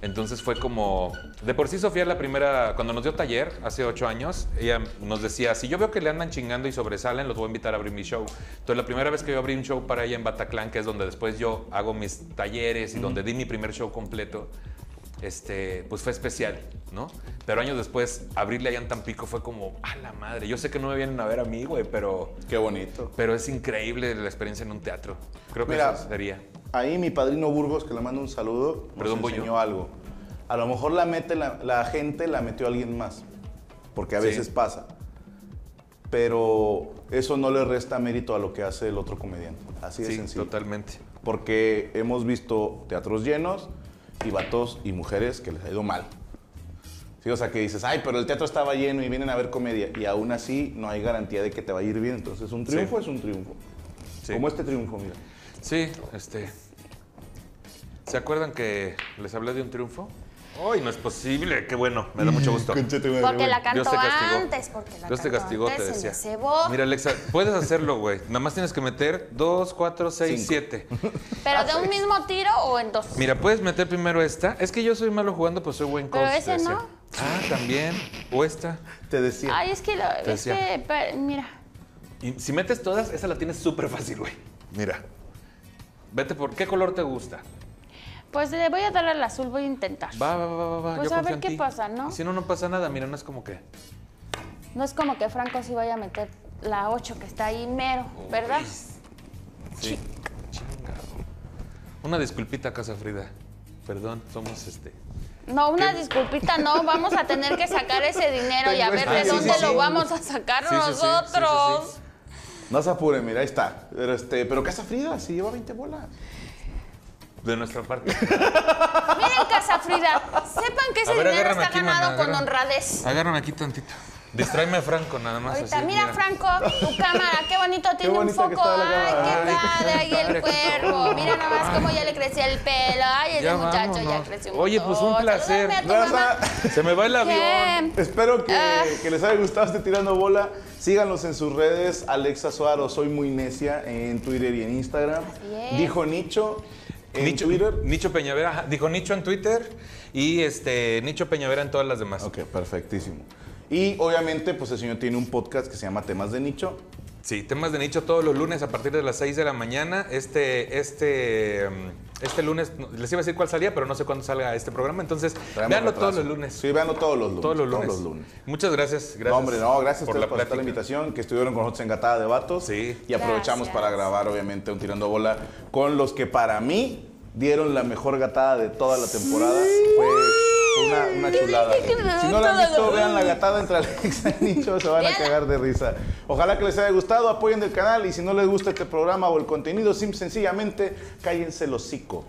Entonces fue como... De por sí Sofía la primera, cuando nos dio taller hace ocho años, ella nos decía, si yo veo que le andan chingando y sobresalen, los voy a invitar a abrir mi show. Entonces la primera vez que yo abrí un show para ella en Bataclan, que es donde después yo hago mis talleres y donde di mi primer show completo, este, pues fue especial, ¿no? Pero años después, abrirle allá en Tampico fue como, a la madre, yo sé que no me vienen a ver a mí, güey, pero,
Qué bonito.
pero es increíble la experiencia en un teatro. Creo que
Mira,
eso sería.
Ahí mi padrino Burgos, que le mando un saludo,
Perdón,
nos
voy
enseñó
yo.
algo. A lo mejor la, mete la, la gente la metió alguien más, porque a
Sí.
veces pasa. Pero eso no le resta mérito a lo que hace el otro comediante. Así de
Sí,
sencillo.
totalmente.
Porque hemos visto teatros llenos y vatos y mujeres que les ha ido mal. Sí, o sea, que dices, ay, pero el teatro estaba lleno y vienen a ver comedia. Y aún así no hay garantía de que te va a ir bien. Entonces, un triunfo es un triunfo.
Sí.
Como este triunfo, mira.
Sí, este. ¿Se acuerdan que les hablé de un triunfo? ¡Ay, no es posible! ¡Qué bueno! Me da mucho gusto.
Conchete, madre,
Porque
bueno.
la cantó
Dios te castigó.
antes, porque la
Dios te
cantó
castigó, te
antes, se me
decía.
cebó.
Mira, Alexa, puedes hacerlo, güey. Nada más tienes que meter 2, 4, 6,
Cinco.
7.
¿Pero
Ah,
de un
pues.
mismo tiro o en dos?
Mira, puedes meter primero esta. Es que yo soy malo jugando, pues soy buen coach.
Pero
te
ese
decía.
no.
Ah, también. O esta.
Te decía.
Ay, es que, lo- es
decía.
que, pe- mira,
Y si metes todas, esa la tienes súper fácil, güey. Mira. Vete por. ¿Qué color te gusta?
pues le voy a dar al azul, voy a intentar.
Va, va, va, va, va.
Pues
yo
a
confío
ver
en
qué
ti.
pasa, ¿no?
Si no, no pasa nada. Mira, no es como que.
No es como que Franco sí vaya a meter la 8 que está ahí mero, ¿verdad?
Sí. Chingado. Una disculpita, Casa Frida. Perdón, somos este.
No, una disculpita, no, vamos a tener que sacar ese dinero y a ver
Ah,
de
sí,
dónde
sí,
lo
sí.
vamos a sacar
Sí, sí, sí, sí, sí, sí.
nosotros.
No se apure, mira, ahí está. Pero, este, pero Casa Frida, si lleva 20 bolas.
De nuestra parte.
Miren, Casa Frida, sepan que ese
A ver,
dinero
agárrame
está
aquí,
ganado
mana,
con
agárrame.
honradez.
Agárrame aquí tantito. Distráeme a Franco, nada más.
Ahorita,
así,
mira, Franco, tu cámara, qué bonito tiene un
bonita que
foco.
está la
Ay,
cámara.
qué
Ay,
padre, ahí
padre.
el cuervo. Mira nada más cómo ya le creció el pelo. Ay, ese
Ya
muchacho ya
vámonos.
creció
Oye, pues, un
montón.
placer.
Salúdame a tu
Raza,
mamá.
Se me va el avión.
¿Qué?
Espero que,
Ah.
que les haya gustado este Tirando Bola. Síganos en sus redes, Alexa Suaro, Soy Muy Necia, en Twitter y en Instagram.
Así es.
Dijo Nicho en
Nicho,
Twitter.
Nicho Peñavera, ajá, dijo Nicho en Twitter y este Nicho Peñavera en todas las demás.
Ok, perfectísimo. Y obviamente, pues el señor tiene un podcast que se llama Temas de Nicho.
Sí, temas de nicho todos los lunes a partir de las 6 de la mañana. Este, este mm, Este lunes, no, les iba a decir cuál salía, pero no sé cuándo salga este programa. Entonces,
Traemos
véanlo
retraso.
todos los lunes.
Sí, véanlo todos los lunes.
Todos los lunes. Muchas gracias. gracias
No, hombre, no, gracias
por
a
la
ustedes por aceptar la
plática.
invitación, que estuvieron con nosotros en Gatada de Vatos.
Sí.
Y aprovechamos
Gracias.
para grabar, obviamente, un tirando bola con los que para mí dieron la mejor gatada de toda la temporada. Fue una, una chulada. Si no la han visto, vean la gatada entre Alexa y Nicho, se van a
Veanla.
cagar de risa. Ojalá que les haya gustado, apoyen el canal y si no les gusta este programa o el contenido, sim- sencillamente cállense el hocico.